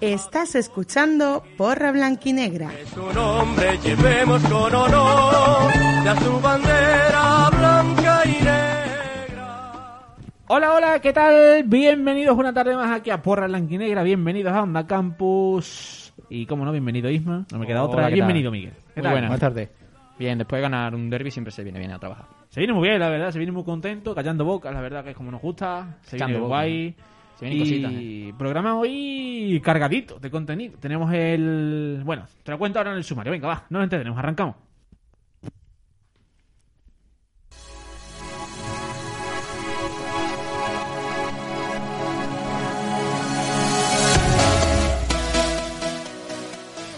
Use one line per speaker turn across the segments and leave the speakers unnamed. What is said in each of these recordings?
Estás escuchando Porra Blanquinegra.
Su nombre llevemos con honor ya su bandera blanca y negra.
Hola, hola, ¿qué tal? Bienvenidos una tarde más aquí a Porra Blanquinegra. Bienvenidos a Onda Campus. Y como no, bienvenido Isma. No me queda
Hola,
otra.
¿qué
Bienvenido
tal?
Miguel. ¿Qué
Muy
tal?
buenas.
Buenas tardes.
Bien, después de ganar un derby siempre se viene bien a trabajar.
Se viene muy bien, la verdad. Se viene muy contento, callando bocas, la verdad que es como nos gusta. Se
Callando
viene
bocas.
guay.
Se vienen cositas, ¿eh?
y programa hoy cargadito de contenido. Tenemos el... Bueno, te lo cuento ahora en el sumario. Venga, va. No lo entretenemos. Arrancamos.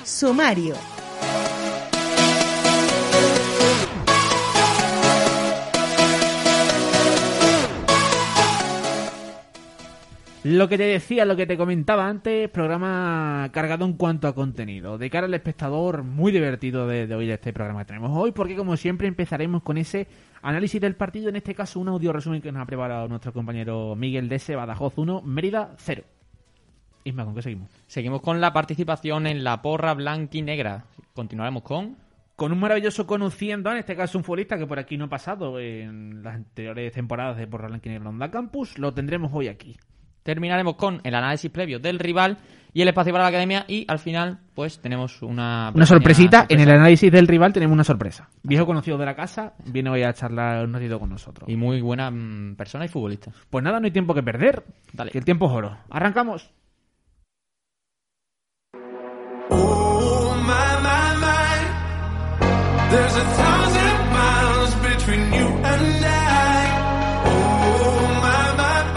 Sumario.
Lo que te decía, lo que te comentaba antes, programa cargado en cuanto a contenido. De cara al espectador, muy divertido de, de oír este programa que tenemos hoy, porque como siempre empezaremos con ese análisis del partido, en este caso un audio resumen que nos ha preparado nuestro compañero Miguel Dese, Badajoz 1, Mérida 0. Isma, ¿con qué seguimos?
Seguimos con la participación en la porra blanca y negra. Continuaremos con.
Con un maravilloso conociendo, en este caso un futbolista que por aquí no ha pasado en las anteriores temporadas de Porra Blanquinegro Onda Campus, lo tendremos hoy aquí.
Terminaremos con el análisis previo del rival y el espacio para la academia. Y al final, pues tenemos una.
Una
pequeña
sorpresita, en el
sorpresa.
análisis del rival tenemos una sorpresa. Viejo conocido de la casa viene hoy a charlar un ratito con nosotros.
Y muy buena mm, persona y futbolista.
Pues nada, no hay tiempo que perder,
Dale.
que el tiempo es oro. Arrancamos.
Oh my my my, there's a thousand miles between you and I. Oh my my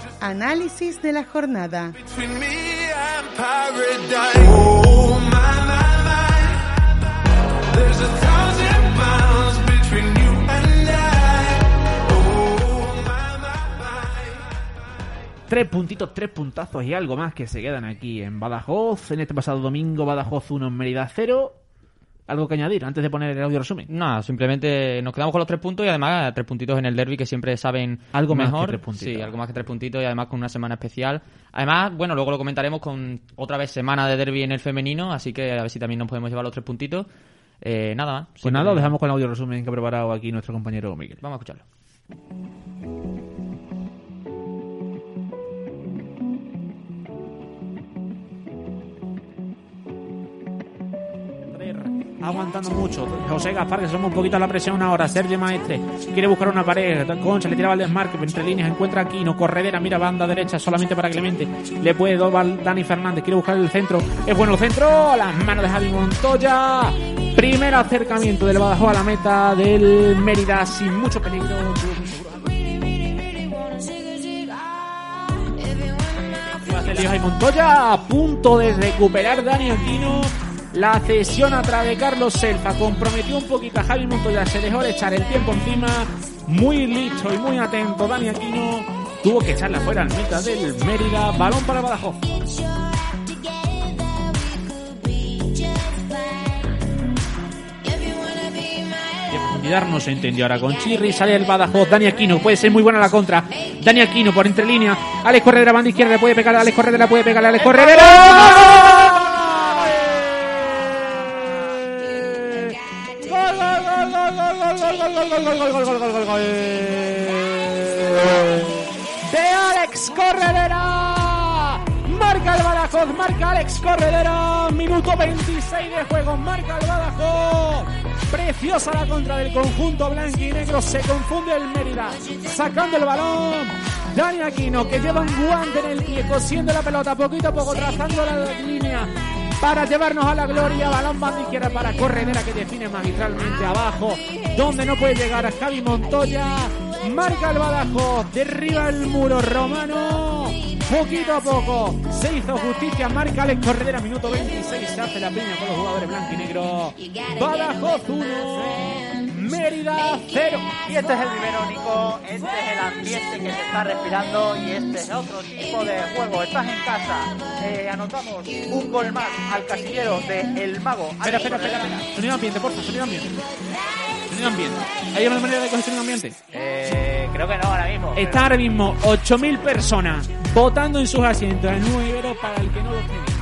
my,
Análisis de la jornada.
between me and paradise. Oh my my my, there's a thousand miles between you and I. Oh my my my.
Tres puntitos, tres puntazos y algo más que se quedan aquí en Badajoz. En este pasado domingo, Badajoz 1 en Mérida 0. ¿Algo que añadir antes de poner el audio resumen?
Nada, simplemente nos quedamos con los tres puntos y además tres puntitos en el derby que siempre saben
Algo más
mejor.
que tres puntitos.
Sí, algo más que tres puntitos y además con una semana especial. Además, bueno, luego lo comentaremos con otra vez semana de derby en el femenino, así que a ver si también nos podemos llevar los tres puntitos. Eh, nada más.
Pues nada,
Simplemente-
lo dejamos con el audio resumen que ha preparado aquí nuestro compañero Miguel.
Vamos a escucharlo.
aguantando mucho. José Gaspar, que se toma un poquito la presión ahora. Sergio Maestre quiere buscar una pared. Concha le tira al desmarque, pero entre líneas encuentra aquí. No corredera, mira banda derecha solamente para Clemente. Le puede dobar Dani Fernández, quiere buscar el centro. Es bueno el centro, las manos de Javi Montoya. Primer acercamiento del Badajoz a la meta del Mérida sin mucho peligro. Hace lío ahí Montoya a punto de recuperar Dani Aquino. La cesión atrás de Carlos Selfa comprometió un poquito a Javi Montoya, se dejó de echar el tiempo encima. Muy listo y muy atento Dani Aquino. Tuvo que echarla fuera al mitad del Mérida. Balón para Badajoz. Y en profundidad no se entendió ahora con Chirri. Sale el Badajoz. Dani Aquino puede ser muy buena la contra. Dani Aquino por entre línea. Alex Corredera, banda izquierda, le puede pegar. Alex Corredera, puede pegar. Alex Corredera. De Alex Corredera. Marca el Badajoz, marca Alex Corredera. Minuto 26 de juego, marca el Badajoz. Preciosa la contra del conjunto blanco y negro. Se confunde el Mérida. Sacando el balón. Dani Aquino que lleva un guante en el pie, cosiendo la pelota poquito a poco, trazando la línea para llevarnos a la gloria. Balón banda izquierda para Corredera que define magistralmente abajo, donde no puede llegar Javi Montoya. Marca el Badajoz, derriba el muro romano. Poquito a poco se hizo justicia. Marca Alex Corredera, minuto 26. Se hace la piña con los jugadores blanco y negro. Badajoz 1, Mérida 0.
Y este es el Iberónico, este es el ambiente que se está respirando y este es otro tipo de juego. Estás en casa, eh, anotamos un gol más al casillero de El Mago.
Espera, espera, espera. espera. Sonido ambiente, porfa, sonido ambiente. Sonido ambiente. ¿Hay alguna manera de coger sonido ambiente?
Eh, creo que no ahora mismo. pero-
Está ahora mismo 8.000 personas votando en sus asientos en Nuevo Ibero para el que no lo tiene.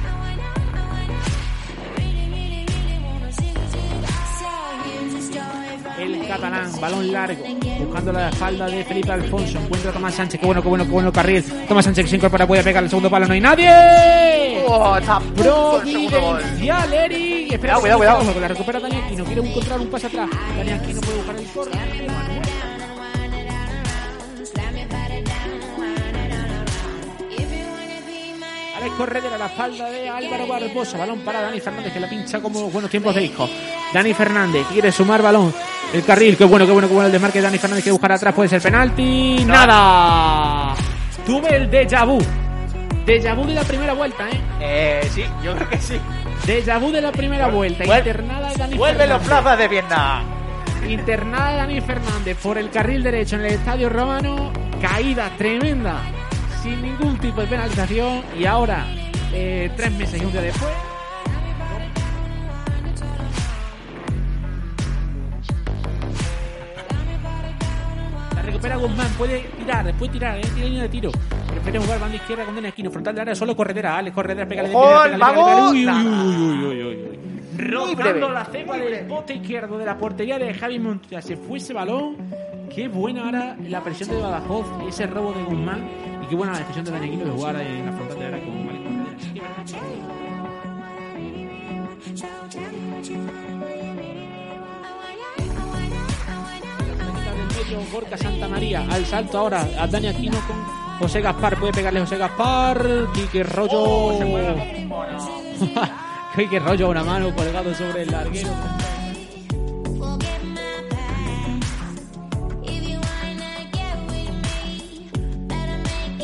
El catalán, balón largo, buscando la espalda de Felipe Alfonso. Encuentra a Tomás Sánchez, qué bueno, qué bueno, qué bueno carril. Tomás Sánchez que se incorpora, puede pegar el segundo palo, no hay nadie.
Oh, está a punto el segundo gol.
Providencial, Eric. Espera,
Cuidado, cuidado, cuidado.
ojo, La recupera Daniel Aquino. Quiere encontrar un pase atrás. Daniel Aquino puede buscar el corner. Alex Corredera, la falda de Álvaro Barbosa. Balón para Dani Fernández, que la pincha como los buenos tiempos de hijo. Dani Fernández quiere sumar balón. El carril, qué bueno, qué bueno, qué bueno el desmarque de Dani Fernández que buscar atrás. Puede ser penalti. ¡Nada! Tuve el déjà vu. Déjà vu de la primera vuelta, ¿eh?
Eh, sí, yo creo que sí.
Déjà vu de la primera vuelta.
Vuel-
internada de Dani
Vuelven los
Fernández.
plazas de Vietnam.
Internada de Dani Fernández por el carril derecho en el estadio romano. Caída tremenda. Sin ningún tipo de penalización. Y ahora, eh, tres meses y un día después. La recupera Guzmán, puede tirar, puede tirar, eh, tiene línea de tiro. Prefiere jugar banda izquierda con Dani Aquino, frontal de área, solo corredera, Alex Corredera, pégale de
¡Ojo,
primera, pégale, pégale,
vamos!
uy, uy,
Nada.
uy, uy, uy, uy, uy. Rozando
breve,
la cepa
muy
del
breve.
bote izquierdo de la portería de Javi Montilla. Se fue ese balón. Qué buena ahora la presión de Badajoz, ese robo de Guzmán. Y qué buena la decisión de Dani Aquino de jugar en la frontal de área con Alex Corredera. Delantera del medio, Gorka Santa María. Al salto ahora a Dani Aquino con José Gaspar. Puede pegarle José Gaspar. Quique Rollo.
Oh,
Quique Rollo, una mano colgado sobre el larguero.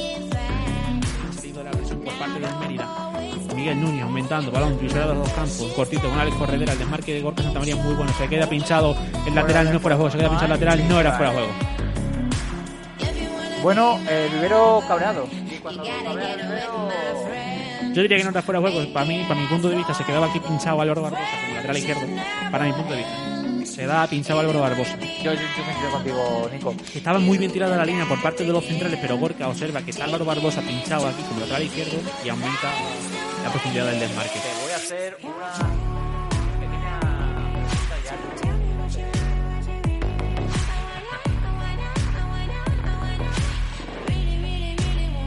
Ha sido la presión por parte del Mérida. Miguel Núñez aumentando, balón, pisoteado a los dos campos, cortito con Alex Corredera, el desmarque de Gorka Santa María es muy bueno, se queda pinchado el lateral, no fuera de juego, se queda pinchado el lateral, no era fuera de juego.
Bueno, eh, Vivero cabreado. Y cuando cabrea Vivero,
Yo diría que no está fuera de juego. Para mí, para mi punto de vista, se quedaba aquí pinchado Álvaro Barbosa, como lateral izquierdo. Para mi punto de vista. Se da pinchado Álvaro Barbosa.
Yo, yo, yo me quedo contigo, Nico.
Estaba muy bien tirada la línea por parte de los centrales, pero Gorka observa que está Álvaro Barbosa pinchado aquí como lateral izquierdo y aumenta la profundidad del desmarque.
Te voy a hacer una pequeña pregunta ya.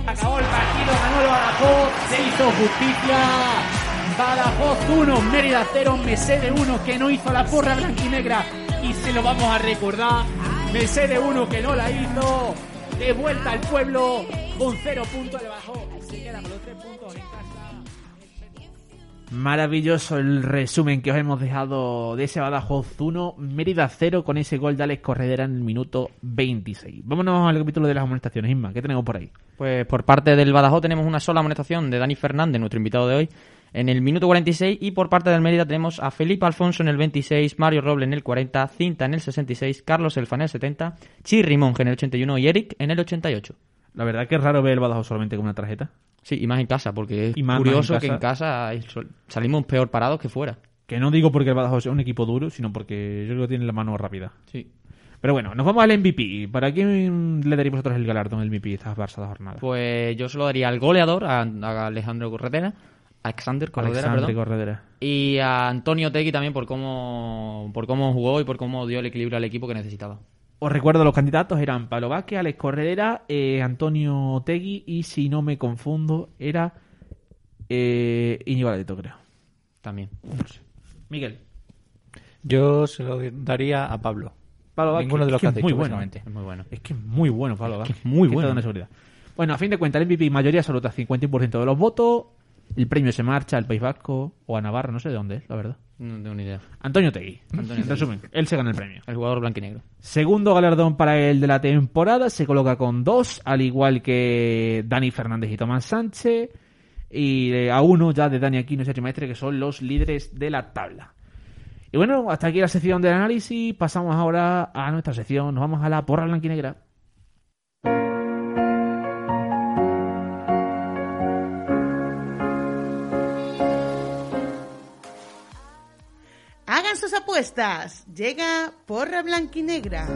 Acabó el partido, ganó el Badajoz, se hizo justicia. Badajoz 1, Mérida 0, Mesede 1 que no hizo la porra blanquinegra y se lo vamos a recordar. Mesede 1 que no la hizo, de vuelta al pueblo con 0 puntos el Badajoz. Se queda con los 3 puntos en casa. Maravilloso el resumen que os hemos dejado de ese Badajoz 1, Mérida 0 con ese gol de Alex Corredera en el minuto 26. Vámonos al capítulo de las amonestaciones, Isma, ¿qué tenemos por ahí?
Pues por parte del Badajoz tenemos una sola amonestación de Dani Fernández, nuestro invitado de hoy, en el minuto 46 y por parte del Mérida tenemos a Felipe Alfonso en el 26, Mario Roble en el 40, Cinta en el 66, Carlos Elfa en el 70, Chirri Monge en el 81 y Eric en el 88.
La verdad que es raro ver el Badajoz solamente con una tarjeta.
Sí, y más en casa, porque es
Y más- más en
curioso que en
casa.
casa hay- sol- salimos peor parados que fuera.
Que no digo porque el Badajoz sea un equipo duro, sino porque yo creo que tiene la mano rápida.
Sí.
Pero bueno, nos vamos al MVP. ¿Para quién le daréis vosotros el galardón, el MVP, de estas Barça de jornada?
Pues yo se lo daría al goleador, a, a Alejandro Corredera, a Alexander Corredera,
Alexandre
perdón,
Corredera.
y a Antonio Tegui también por cómo, por cómo jugó y por cómo dio el equilibrio al equipo que necesitaba.
Os recuerdo, los candidatos eran Pablo Vázquez, Alex Corredera, eh, Antonio Tegui y, si no me confundo, era eh, Íñigo Galeto, creo.
También.
Miguel.
Yo se lo daría a Pablo.
Pablo Vázquez,
Ninguno de los
que
que
es
has
muy
dicho,
bueno.
básicamente.
Es muy bueno.
Es que es muy bueno, Pablo Vázquez.
muy
Que
bueno.
está dando seguridad. Bueno, a fin de cuentas, el MVP mayoría absoluta, 51% de los votos. El premio se marcha al País Vasco o a Navarra, no sé de dónde es, la verdad.
No tengo ni idea.
Antonio Tegui.
Antonio
en
Tegui.
resumen, él se gana el premio.
El jugador blanquinegro.
Segundo galardón para el de la temporada, se coloca con dos, al igual que Dani Fernández y Tomás Sánchez. Y eh, a uno ya de Dani Aquino y Sergio Maestre, que son los líderes de la tabla. Y bueno, hasta aquí la sección del análisis. Pasamos ahora a nuestra sección. Nos vamos a la porra blanquinegra.
Hagan sus apuestas. Llega Porra Blanquinegra.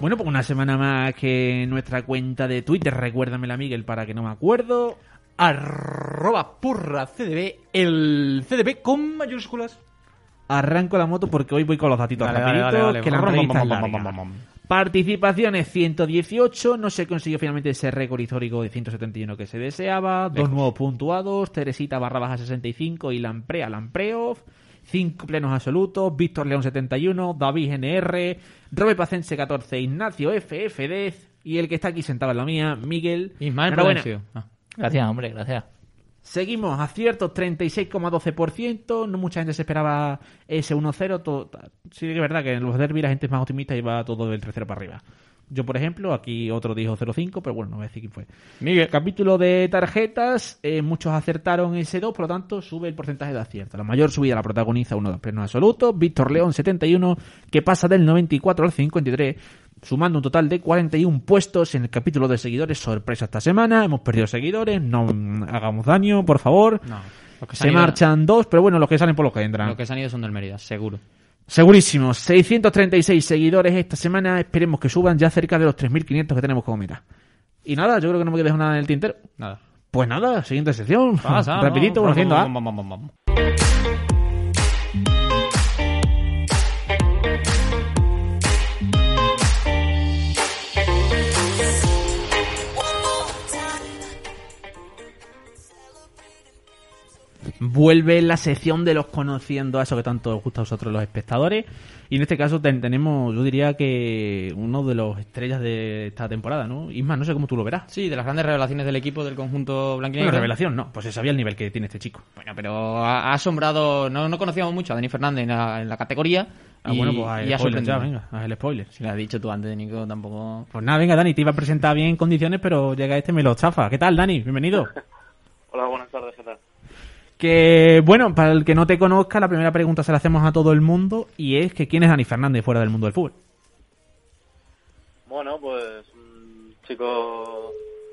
Bueno, pues una semana más que nuestra cuenta de Twitter, recuérdamela, Miguel, para que no me acuerdo.
Arroba purra CDB, el CDB con mayúsculas.
Arranco la moto porque hoy voy con los datitos
Vale, vale,
rapiditos,
vale, vale.
que la
Bom, bom,
entrevista
bom,
es
bom,
larga.
bom, bom, bom.
Participaciones 118, no se consiguió finalmente ese récord histórico de 171 que se deseaba, dos nuevos puntuados, Teresita barra baja 65 y Lamprea Lampreoff, cinco plenos absolutos, Víctor León 71, David NR, Robert Pacense 14, Ignacio FF10 y el que está aquí sentado en la mía, Miguel.
Ismael
Enhorabuena.
Prudencio. Ah.
Gracias, hombre, gracias.
Seguimos, aciertos 36,12%. No mucha gente se esperaba ese 1-0. todo- Sí, que es verdad que en los derbis la gente es más optimista y va todo del 3-0 para arriba. Yo, por ejemplo, aquí otro dijo 0-5, pero bueno, no voy a decir quién fue.
Miguel.
El capítulo de tarjetas, eh, muchos acertaron ese 2, por lo tanto sube el porcentaje de acierto. La mayor subida la protagoniza uno de los plenos absolutos, Víctor León 71, que pasa del 94 al 53, sumando un total de 41 puestos en el capítulo de seguidores. Sorpresa esta semana, hemos perdido seguidores, no mm, hagamos daño, por favor.
No, los que Ah. se,
Se
han ido- Ah.
marchan dos, pero bueno, los que salen por los que entran.
Los que se han ido son del Mérida, seguro.
Segurísimo, 636 seguidores esta semana, esperemos que suban ya cerca de los 3.500 que tenemos como meta. Y nada, yo creo que no me dejo nada en el tintero.
Nada.
Pues nada, siguiente sección.
Pasa, ¿no?
Rapidito,
Vamos,
conociendo a.
vamos, vamos, vamos, vamos.
Vuelve la sección de los conociendo a eso que tanto os gusta a vosotros los espectadores. Y en este caso ten- tenemos, yo diría que uno de los estrellas de esta temporada, ¿no? Isma, no sé cómo tú lo verás.
Sí, de las grandes revelaciones del equipo del conjunto
Bueno,
blanquinegro.
revelación, no, pues se sabía el nivel que tiene este chico.
Bueno, pero ha, ha asombrado. No, no conocíamos mucho a Denis Fernández en la, en la categoría.
Ah,
y,
bueno, pues haz
y
el
ha
spoiler ya,
sorprendido.
venga, haz el spoiler.
Si lo has dicho tú antes, Nico, tampoco.
Pues nada, venga, Dani, te iba a presentar bien en condiciones, pero llega este y me lo chafa. ¿Qué tal, Dani? Bienvenido.
Hola, buenas tardes, ¿qué tal?
Que, bueno, para el que no te conozca, la primera pregunta se la hacemos a todo el mundo y es que ¿quién es Dani Fernández fuera del mundo del fútbol?
Bueno, pues un chico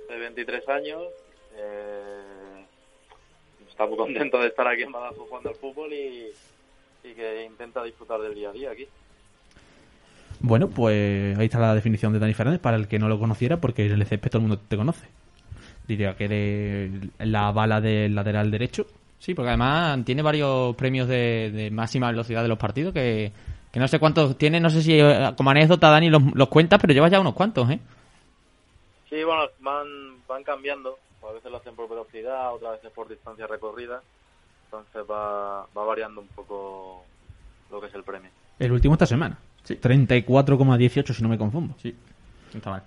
de 23 años. eh, está muy contento de estar aquí en Badajoz jugando al fútbol y, y que intenta disfrutar del día a día aquí.
Bueno, pues ahí está la definición de Dani Fernández para el que no lo conociera, porque en el césped todo el mundo te conoce. Diría que eres la bala del lateral derecho.
Sí, porque además tiene varios premios de, de máxima velocidad de los partidos que, que no sé cuántos tiene. No sé si eh, como anécdota, Dani, los, los cuentas, pero llevas ya unos cuantos, ¿eh?
Sí, bueno, van, van cambiando. A veces lo hacen por velocidad, otras veces por distancia recorrida. Entonces va, va variando un poco lo que es el premio.
El último esta semana. 34,18 si no me confundo.
Sí, no está mal.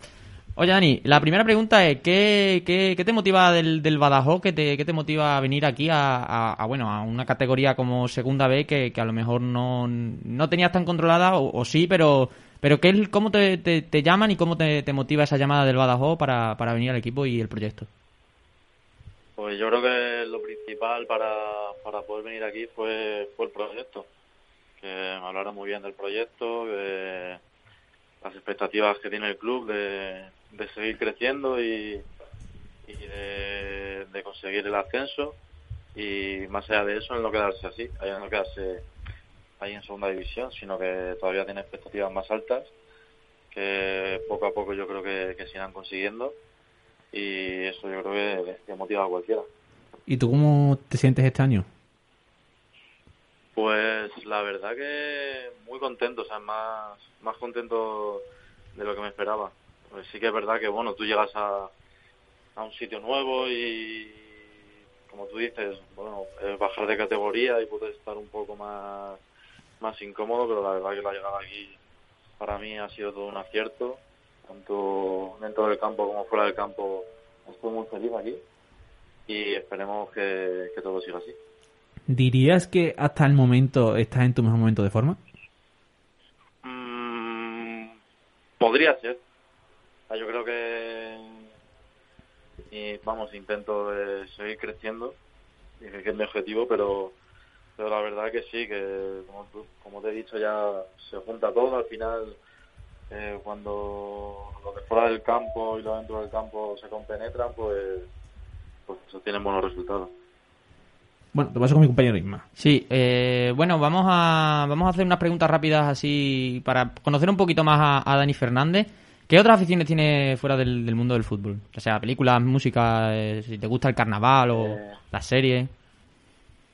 Oye, Dani, la primera pregunta es, ¿qué, qué, qué te motiva del, del Badajoz? ¿Qué te, qué te motiva a venir aquí a, a- a, bueno, a una categoría como Segunda B que, que a lo mejor no, no tenías tan controlada, o, o sí, pero, pero ¿qué, es- ¿cómo te, te- te llaman y cómo te, te motiva esa llamada del Badajoz para, para venir al equipo y el proyecto?
Pues yo creo que lo principal para, para poder venir aquí fue, fue el proyecto. Que me hablaron muy bien del proyecto, de las expectativas que tiene el club de, de seguir creciendo y, y de, de conseguir el ascenso. Y más allá de eso, el no quedarse así, el no quedarse ahí en segunda división, sino que todavía tiene expectativas más altas, que poco a poco yo creo que, que se irán consiguiendo. Y eso yo creo que- que motiva a cualquiera.
¿Y tú cómo te sientes este año?
Pues la verdad que muy contento, o sea, más, más contento de lo que me esperaba. Pues sí que es verdad que, bueno, tú llegas a, a un sitio nuevo y, como tú dices, bueno, es bajar de categoría y poder estar un poco más, más incómodo, pero la verdad que la llegada aquí para mí ha sido todo un acierto, tanto dentro del campo como fuera del campo. Estoy muy feliz aquí y esperemos que, que todo siga así.
¿Dirías que hasta el momento estás en tu mejor momento de forma?
Mm, podría ser. O sea, Yo creo que. y, vamos, intento de seguir creciendo. y que es mi objetivo, pero, pero la verdad que sí, que como, tú- como te he dicho, ya se junta todo. Al final, eh, cuando lo de fuera del campo y lo dentro del campo se compenetran, pues, pues se obtienen buenos resultados.
Bueno, te paso con mi compañero Isma.
Sí, eh, bueno, vamos a, vamos a hacer unas preguntas rápidas así para conocer un poquito más a, a Dani Fernández. ¿Qué otras aficiones tiene fuera del, del mundo del fútbol? O sea, películas, música, eh, si te gusta el carnaval o
Eh.
las series.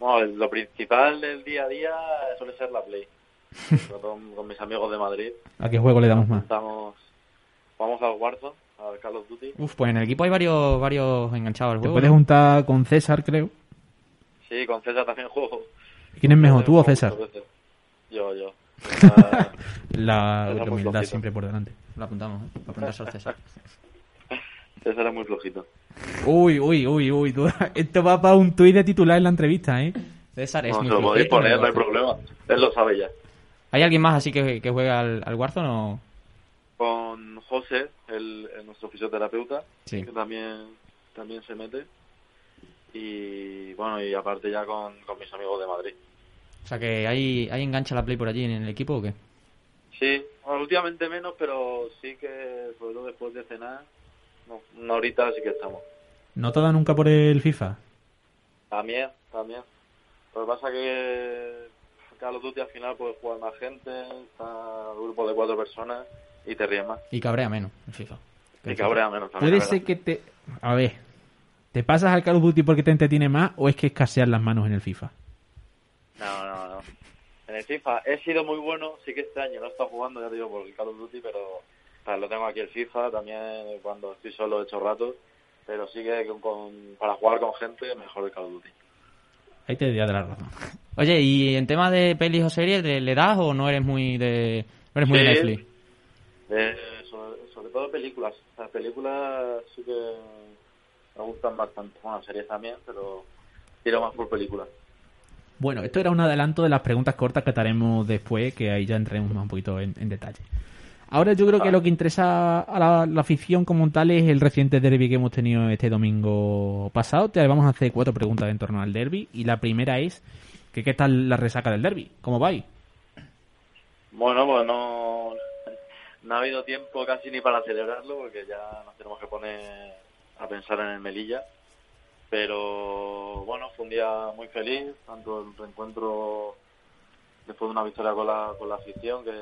No, el- lo principal del día a día suele ser la Play. Yo con, con mis amigos de Madrid
¿A qué juego le damos más?
estamos, vamos al Warzone, al Call of Duty.
Uf, pues en el equipo hay varios varios enganchados al
Te
juego.
puedes
¿no?
juntar con César, creo.
Sí, con César también juego.
¿Quién es mejor,
César
tú o
juego
César?
Pues,
muchas veces. Yo, yo. Ah,
La,
pues,
César
la
muy
humildad
flojito.
siempre por delante.
Lo apuntamos, ¿eh? Para preguntárselo al César.
César es muy flojito.
Uy, uy, uy, uy. tú- Esto va para un tuit de titular en la entrevista, ¿eh?
César es
No, se
muy
lo podéis
flojito,
poner,
pero-
no hay problema. Él lo sabe ya.
¿Hay alguien más así que, que juega al, al Warzone o...?
Con José, el, el nuestro fisioterapeuta,
Sí.
que también, también se mete. Y bueno, y aparte ya con, con mis amigos de Madrid.
O sea, que hay, hay engancha la play por allí en el equipo o qué?
Sí, bueno, últimamente menos, pero sí que, sobre todo después de cenar, no, una horita sí que estamos.
¿No te da nunca por el FIFA?
También, también. Lo que pasa que Call of Duty al final puedes jugar más gente, está un grupo de cuatro personas y te ríes más.
Y cabrea menos, el FIFA.
Y cabrea menos también.
Puede
la
ser
verdad.
que te... A ver. ¿Te pasas al Call of Duty porque te entretiene más o es que escasean las manos en el FIFA?
No, no, no. En el FIFA he sido muy bueno, sí que este año no he estado jugando, ya te digo, por el Call of Duty, pero para, lo tengo aquí el FIFA, también cuando estoy solo he hecho rato, pero sí que con, con- para jugar con gente mejor el Call of Duty.
Ahí te diría de la razón.
Oye, ¿y en tema de pelis o series le, le das o no eres muy de no eres muy de
Sí.
Netflix?
Eh, sobre, sobre todo películas. Las películas sí que me gustan bastante. Bueno, series también, pero tiro más por películas.
Bueno, esto era un adelanto de las preguntas cortas que te haremos después, que ahí ya entremos más un poquito en, en detalle. Ahora yo creo que
Vale.
lo que interesa a la, la afición como tal es el reciente derby que hemos tenido este domingo pasado. Te vamos a hacer cuatro preguntas en torno al derby y la primera es que qué tal la resaca del derby, cómo vais.
Bueno, pues no, no ha habido tiempo casi ni para celebrarlo porque ya nos tenemos que poner a pensar en el Melilla. Pero bueno, fue un día muy feliz, tanto el reencuentro después de una victoria con la, con la afición, que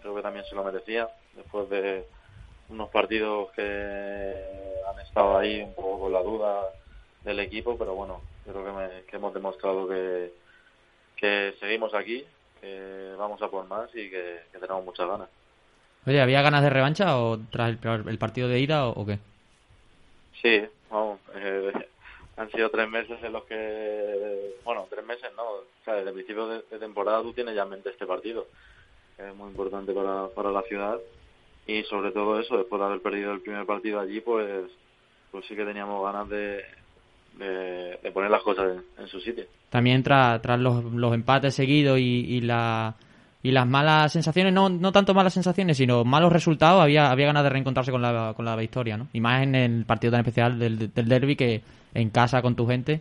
creo que también se lo merecía, después de unos partidos que han estado ahí un poco con la duda del equipo, pero bueno, yo creo que, me- que hemos demostrado que, que seguimos aquí, que vamos a por más y que, que tenemos muchas ganas.
Oye, ¿había ganas de revancha o tras el, el partido de ida o, o qué?
Sí, vamos, eh, han sido tres meses en los que, bueno, tres meses no, o sea, desde el principio de, de temporada tú tienes ya en mente este partido, que es muy importante para, para la ciudad y sobre todo eso, después de haber perdido el primer partido allí, pues, pues sí que teníamos ganas de, de, de poner las cosas en- en su sitio.
También tra- tras los, los empates seguidos y, y la y las malas sensaciones, no, no tanto malas sensaciones, sino malos resultados, había, había ganas de reencontrarse con la, con la victoria, ¿no? Y más en el partido tan especial del, del derby que en casa con tu gente.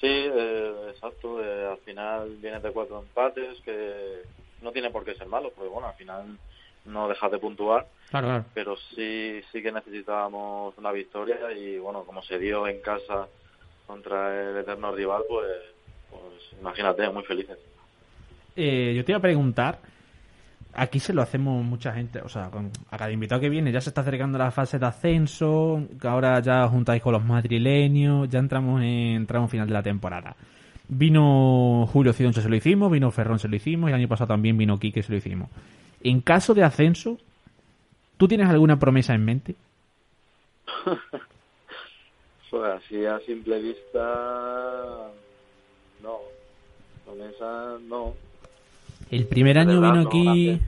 Sí, eh, exacto. eh, al final vienes de cuatro empates que no tiene por qué ser malo, porque bueno, al final no dejas de puntuar,
Claro, claro.
pero sí, sí que necesitábamos una victoria y bueno, como se dio en casa contra el eterno rival, pues, pues imagínate, muy felices.
Eh, yo te iba a preguntar, aquí se lo hacemos mucha gente, o sea, con- a cada invitado que viene ya se está acercando la fase de ascenso, que ahora ya os juntáis con los madrileños, ya entramos en tramo final de la temporada. Vino Julio Cidoncho, se lo hicimos, vino Ferrón, se lo hicimos, y el año pasado también vino Quique, se lo hicimos. En caso de ascenso, ¿tú tienes alguna promesa en mente?
Pues así a simple vista, no. Promesa, no.
El primer año
verdad,
vino
no,
aquí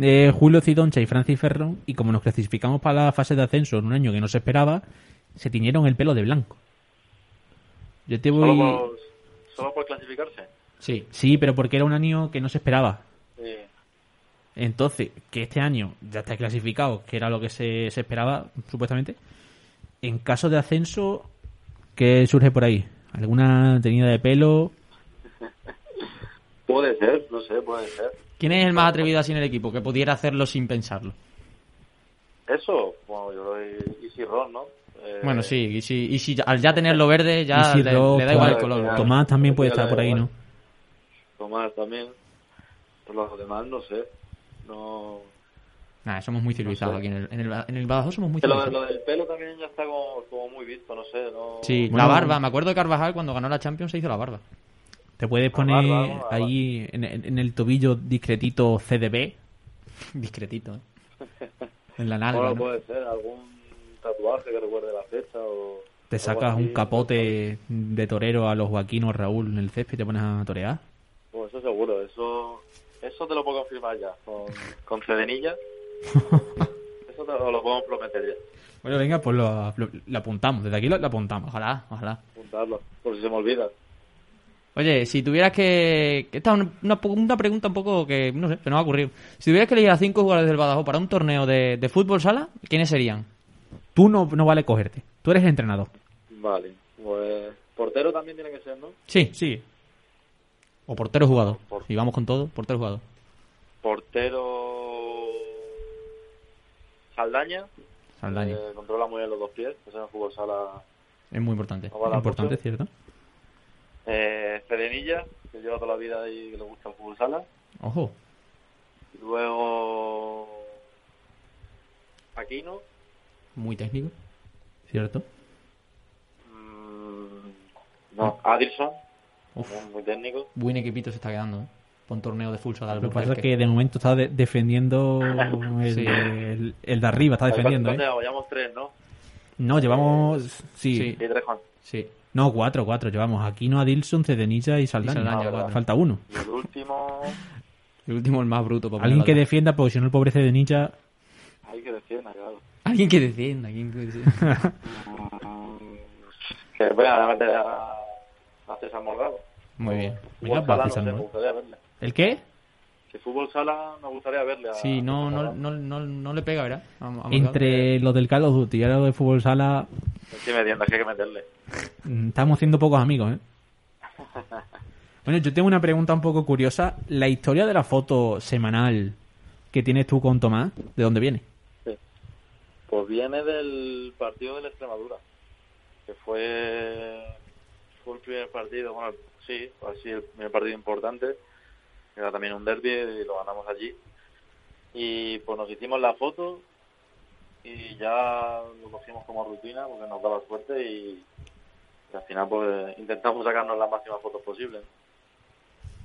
eh, Julio Cidoncha y Francis Ferrón y como nos clasificamos para la fase de ascenso en un año que no se esperaba, se tiñeron el pelo de blanco. Yo te
Solo
voy...
por, solo por clasificarse.
Sí.
Sí, pero porque era un año que no se esperaba.
Sí.
Entonces, que este año ya está clasificado, que era lo que se, se esperaba, supuestamente. En caso de ascenso, ¿qué surge por ahí? ¿Alguna tenida de pelo?
Puede ser, no sé, puede ser.
¿Quién es el más atrevido así en el equipo que pudiera hacerlo sin pensarlo?
Eso, bueno, yo creo que Easy Ron, ¿no? Eh,
Bueno, sí, y si, y si al ya tenerlo verde, ya
Y si
le,
Ross,
le da igual el
claro,
color.
claro.
Tomás también puede estar por ahí, ¿no?
Tomás también. Pero los demás, no sé. No.
Nah, somos muy civilizados
sé.
aquí. En el, en, el, en el Badajoz somos muy
Que Lo,
civilizados.
lo del pelo también ya está como, como muy visto, no sé. No...
Sí, la
Bueno,
barba. Me acuerdo de Carvajal cuando ganó la Champions se hizo la barba.
Te puedes
barba,
poner
la barba.
ahí en, en- en el tobillo discretito CDB,
Discretito, ¿eh? En la
Bueno,
nalga. ¿no?
puede ser algún tatuaje que recuerde la fecha o.
te
algo
sacas
así.
un capote de torero a los Joaquinos Raúl en el césped y te pones a torear.
Pues eso seguro, eso. Eso te lo puedo confirmar ya. Con, con Cedenilla. eso te lo, lo podemos prometer ya.
Bueno, venga, pues lo, lo- lo apuntamos. Desde aquí lo, lo apuntamos.
Ojalá, ojalá.
Apuntarlo, por si se me olvida.
Oye, si tuvieras que... que Esta es una, una po- una pregunta un poco que, no sé, que no va a ocurrir. Si tuvieras que elegir a cinco jugadores del Badajoz para un torneo de, de fútbol sala, ¿quiénes serían?
Tú no, no vale cogerte. Tú eres entrenador.
Vale, pues. Portero también tiene que ser, ¿no?
Sí. Sí. O portero jugador.
Por-
Y vamos con todo, portero jugador.
Portero. Saldaña.
Saldaña.
eh, controla muy bien los dos pies. Eso en el fútbol sala.
Es muy importante.
no vale
Importante,
mucho.
¿cierto?
Eh, Cedenilla, que lleva toda la vida ahí que le gusta el fútbol sala.
Ojo.
Luego. Aquino.
Muy técnico.
¿Cierto?
Mm, no, Adilson.
Uf.
Muy, muy técnico.
Buen equipito se está quedando, ¿eh? Con torneo de full sala.
Lo que pasa es que de momento está de- defendiendo el,
Sí.
el- el de arriba, está defendiendo.
¿Cuántos
¿eh?
llevamos? Llevamos tres, ¿no?
No, llevamos. Sí.
Sí.
Y tres Juan.
Sí.
No, cuatro, cuatro. Llevamos Aquino, Adilson, Cedenilla y Saldaña.
Saldaña,
Ah,
cuatro.
verdad. Falta uno.
Y el último.
El último, el más bruto. para
Alguien que
ponerlo
defienda, porque si no, el pobre Cedenilla.
Hay que defienda, claro.
atrás. Alguien que defienda. alguien que defienda.
Que voy a meter a, a César Morgado.
Muy bien.
Venga,
Fútbol
va,
sala, no
César
sé, me
Morgado.
gustaría verle.
¿El qué?
Si fútbol sala, me gustaría verle. A,
Sí, no,
a
no,
Morgado.
no, no, no le pega, ¿verdad? A- a Morgado.
Entre los del Call of Duty y ahora los de fútbol sala,
Sí, me entiendo, es que hay que meterle.
mm, estamos haciendo pocos amigos, ¿eh? Bueno, yo tengo una pregunta un poco curiosa. La historia de la foto semanal que tienes tú con Tomás, ¿de dónde viene?
Pues viene del partido de la Extremadura, que fue, fue el primer partido, bueno, sí, así el primer partido importante, era también un derby y lo ganamos allí. Y pues nos hicimos la foto y ya lo cogimos como rutina porque nos daba suerte y, y al final pues intentamos sacarnos las máximas fotos posibles.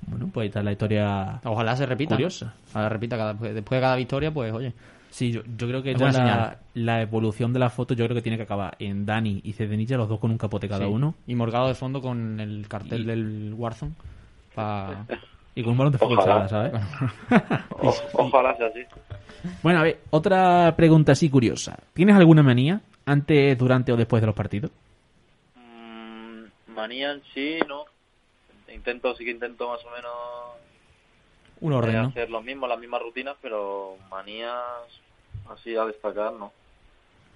Bueno, pues ahí está la historia
Ojalá se repita. ¿no?
Curiosa.
Ojalá repita. cada- después de cada victoria, pues, oye.
Sí, yo, yo creo que
Es
ya
buena
la,
señal.
la evolución de la foto yo creo que tiene que acabar en Dani y Cedenilla, los dos con un capote cada
Sí.
uno
Y Morgado de fondo con el cartel
Y-
del Warzone. Pa...
y con un balón de fútbol
Ojalá.
sala, ¿sabes?
O- ojalá sea así.
bueno, a ver, otra pregunta así curiosa. ¿Tienes alguna manía antes, durante o después de los partidos?
Mm, manía en sí, no. Intento, sí que intento más o menos
Un orden,
eh,
¿no?
hacer lo mismo, las mismas rutinas, pero manías así a destacar, ¿no?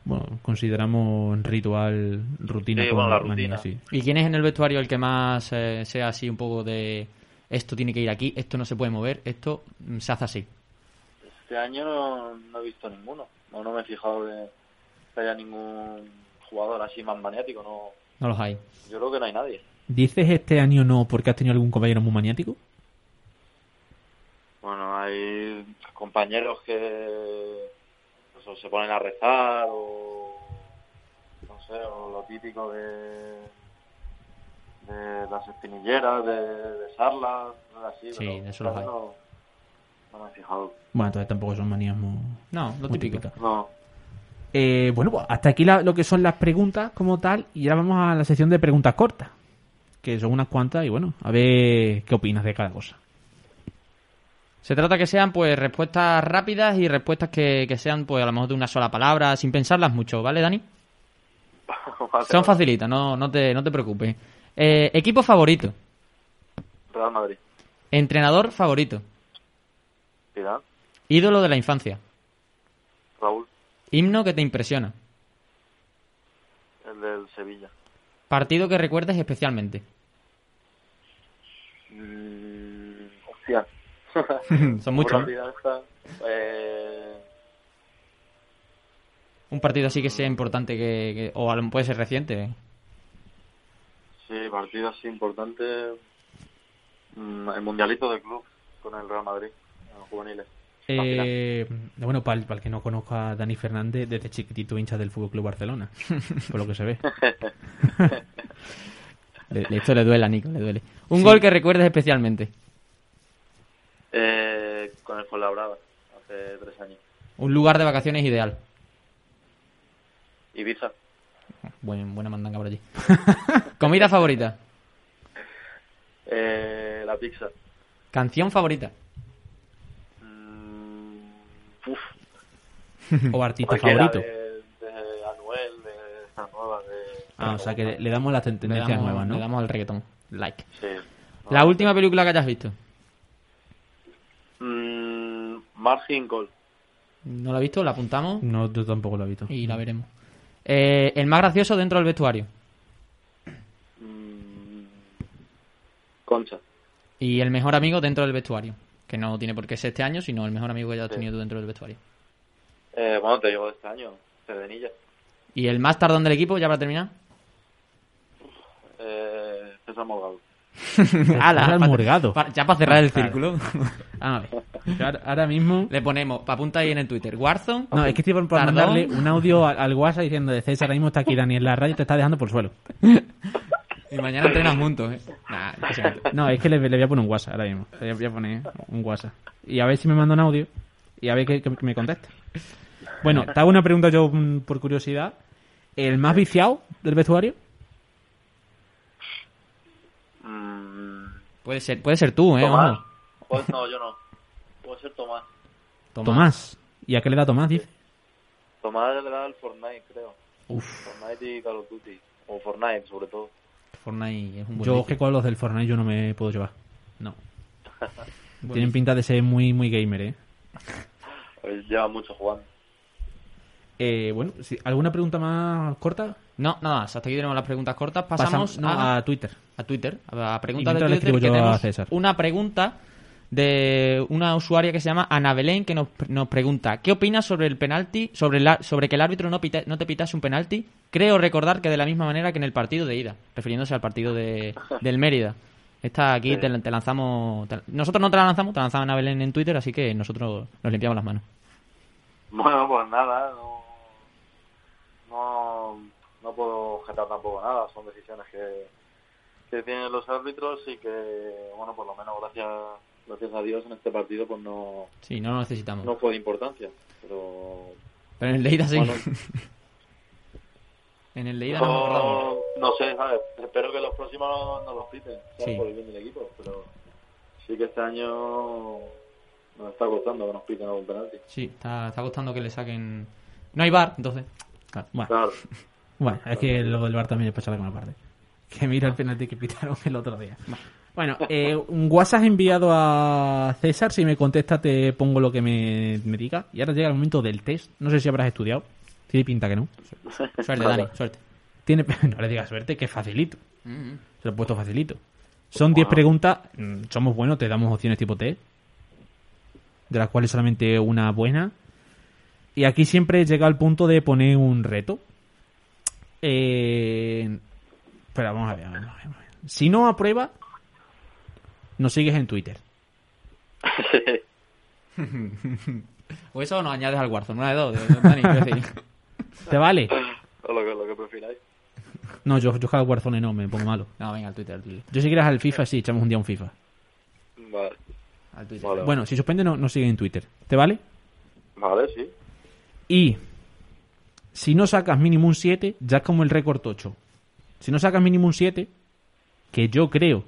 Bueno, consideramos ritual, rutina.
Sí,
como
bueno, la
manía,
rutina.
sí.
¿Y quién es en el vestuario el que más eh, sea así un poco de esto tiene que ir aquí, esto no se puede mover, esto mm, se hace así?
Este año no, no he visto ninguno, no, no me he fijado de que haya ningún jugador así más maniático, no.
No los hay.
Yo creo que no hay nadie.
¿Dices este año no porque has tenido algún compañero muy maniático?
Bueno, hay compañeros que pues, o se ponen a rezar o no sé, o lo típico de de las espinilleras, de, de sarlas, cosas así,
Sí,
pero
eso los hay.
no, no me he fijado.
Bueno, entonces tampoco son manías muy...
No, lo
muy
típico.
típicas.
No,
Eh, bueno, pues hasta aquí la- lo que son las preguntas como tal y ahora vamos a la sección de preguntas cortas, que son unas cuantas y bueno, a ver qué opinas de cada cosa.
Se trata que sean pues respuestas rápidas y respuestas que, que sean pues a lo mejor de una sola palabra, sin pensarlas mucho, ¿vale, Dani?
Vale,
Son
vale.
facilitas, no, no, te, no te preocupes. Eh, equipo favorito,
Real Madrid.
entrenador favorito,
Zidane,
ídolo de la infancia,
Raúl,
himno que te impresiona,
el del Sevilla.
partido que recuerdes especialmente.
Mm, hostia.
Son muchos.
eh, Pura vida esta. Eh,
un partido así que sea importante que, que- o a lo- puede ser reciente. ¿eh?
Sí, partido así importante. mm, El mundialito del club con el Real Madrid, en los juveniles. La final.
Eh, bueno, para el, que no conozca a Dani Fernández, desde chiquitito hincha del Fútbol Club Barcelona, por lo que se ve.
Le- le- Esto le duele a Nico, le duele. Un gol que recuerdes especialmente.
Eh, con el Fuenlabrada, hace tres años.
Un lugar de vacaciones ideal.
Ibiza,
Buen- buena mandanga por allí. Comida favorita.
eh, la pizza.
Canción favorita.
Mm, uf,
O artista
cualquiera eh.
favorito.
De, de Anuel, de esta nueva, de...
Ah, o sea que le- le damos las ten-
Le
tendencias
damos,
nuevas,
le
¿no?
damos al reggaetón. Like.
Sí.
La última película que hayas visto.
Mm, Margin Call.
¿No la has visto? La apuntamos
No, yo tampoco lo he visto.
y la veremos. Eh, el más gracioso dentro del vestuario.
Mm, Concha.
Y el mejor amigo dentro del vestuario. Que no tiene por qué ser este año, sino el mejor amigo que hayas tenido tú dentro del vestuario.
Eh, bueno, te digo de este año, Cerdenilla.
Y el más tardón del equipo, ya para terminar.
Eh, César Morgado.
Ala,
César
pa-
Morgado.
pa- ya para cerrar el círculo,
Ah, yo ahora- ahora mismo.
le ponemos, apunta ahí en el Twitter, Warzone.
No, es que estoy por, por
Tardón.
mandarle un audio al, al WhatsApp diciendo de César, ahora mismo está aquí Daniel, la radio te está dejando por el suelo.
Y mañana entrenan juntos, ¿eh? Nah, que se mate.
No, es que le, le voy a poner un WhatsApp ahora mismo. Le voy a poner un WhatsApp. Y a ver si me manda un audio y a ver que, que me contesta. Bueno, te hago una pregunta yo mm, por curiosidad. ¿El más viciado del vestuario?
Mm,
Puede ser, puede ser tú, ¿eh?
Tomás.
Ojo.
Pues no, yo no. Puede ser Tomás.
Tomás.
Tomás. ¿Y a qué le da Tomás? Dice.
Tomás le da al Fortnite, creo.
Uf,
Fortnite y Call of Duty. O Fortnite, sobre todo.
Fortnite es un buen
yo
vicio.
que con los del Fortnite yo no me puedo llevar. No. Tienen
Buenísimo.
pinta de ser muy, muy gamer, ¿eh?
Él Lleva mucho jugando.
Eh, bueno, si- ¿alguna pregunta más corta?
No, nada, hasta aquí tenemos las preguntas cortas. Pasamos,
Pasam- no,
a,
a Twitter.
a Twitter, a, a preguntas
Y
de
mientras le
Twitter, que
escribo yo a
tenemos
César.
una pregunta de una usuaria que se llama Ana Belén que nos, nos pregunta ¿Qué opinas sobre el penalti, sobre, la, sobre que el árbitro no, pita- no te pitase un penalti? Creo recordar que de la misma manera que en el partido de ida, refiriéndose al partido de, del Mérida. Esta aquí te, la- te lanzamos... te- nosotros no te la lanzamos, te lanzamos Ana Belén en Twitter, así que nosotros nos limpiamos las manos.
Bueno, pues nada, no, no, no puedo objetar tampoco nada, son decisiones que, que tienen los árbitros y que, bueno, por lo menos gracias, gracias a Dios en este partido pues no,
Sí, no lo necesitamos.
no fue de importancia, pero
Pero en el de ida sí.
Bueno.
en el de ida no, nos
Oh.
acordamos.
no, no sé, ¿sabes? espero que los próximos no los piten, ¿sabes?
Sí.
por el bien del equipo, pero sí que este año nos está costando que nos piten algún penalti.
Sí, está, está costando que le saquen... No hay bar, entonces. Ah.
Bueno,
Claro,
bueno, es que lo del bar también es para charlar con la parte. Que mira el penalti que pitaron el otro día. Bueno, eh, un WhatsApp enviado a César. Si me contesta, te pongo lo que me, me diga. Y ahora llega el momento del test. No sé si habrás estudiado. Tiene pinta que no.
Suerte, Dani, suerte.
Tiene, no le digas suerte, que es facilito. Se lo he puesto facilito. Son 10 preguntas. mm, Somos buenos, te damos opciones tipo T. De las cuales solamente una buena. Y aquí siempre llega al punto de poner un reto. Eh, espera, vamos a ver. vamos a ver, vamos a ver. Si no aprueba, nos sigues en Twitter.
O eso nos añades al Warzone, una de dos, de- de- Dani, quiero decir.
¿Te vale?
o lo que, lo que prefiráis.
No, yo, yo cada Warzone no, me pongo malo.
No, venga, al Twitter, al Twitter.
Yo si quieres al FIFA, sí, echamos un día un FIFA.
Vale,
al Twitter.
vale,
Bueno, si suspende, no, nos sigue en Twitter. ¿Te vale?
vale, sí.
Y si no sacas mínimo un 7, ya es como el récord 8. Si no sacas mínimo un 7, que yo creo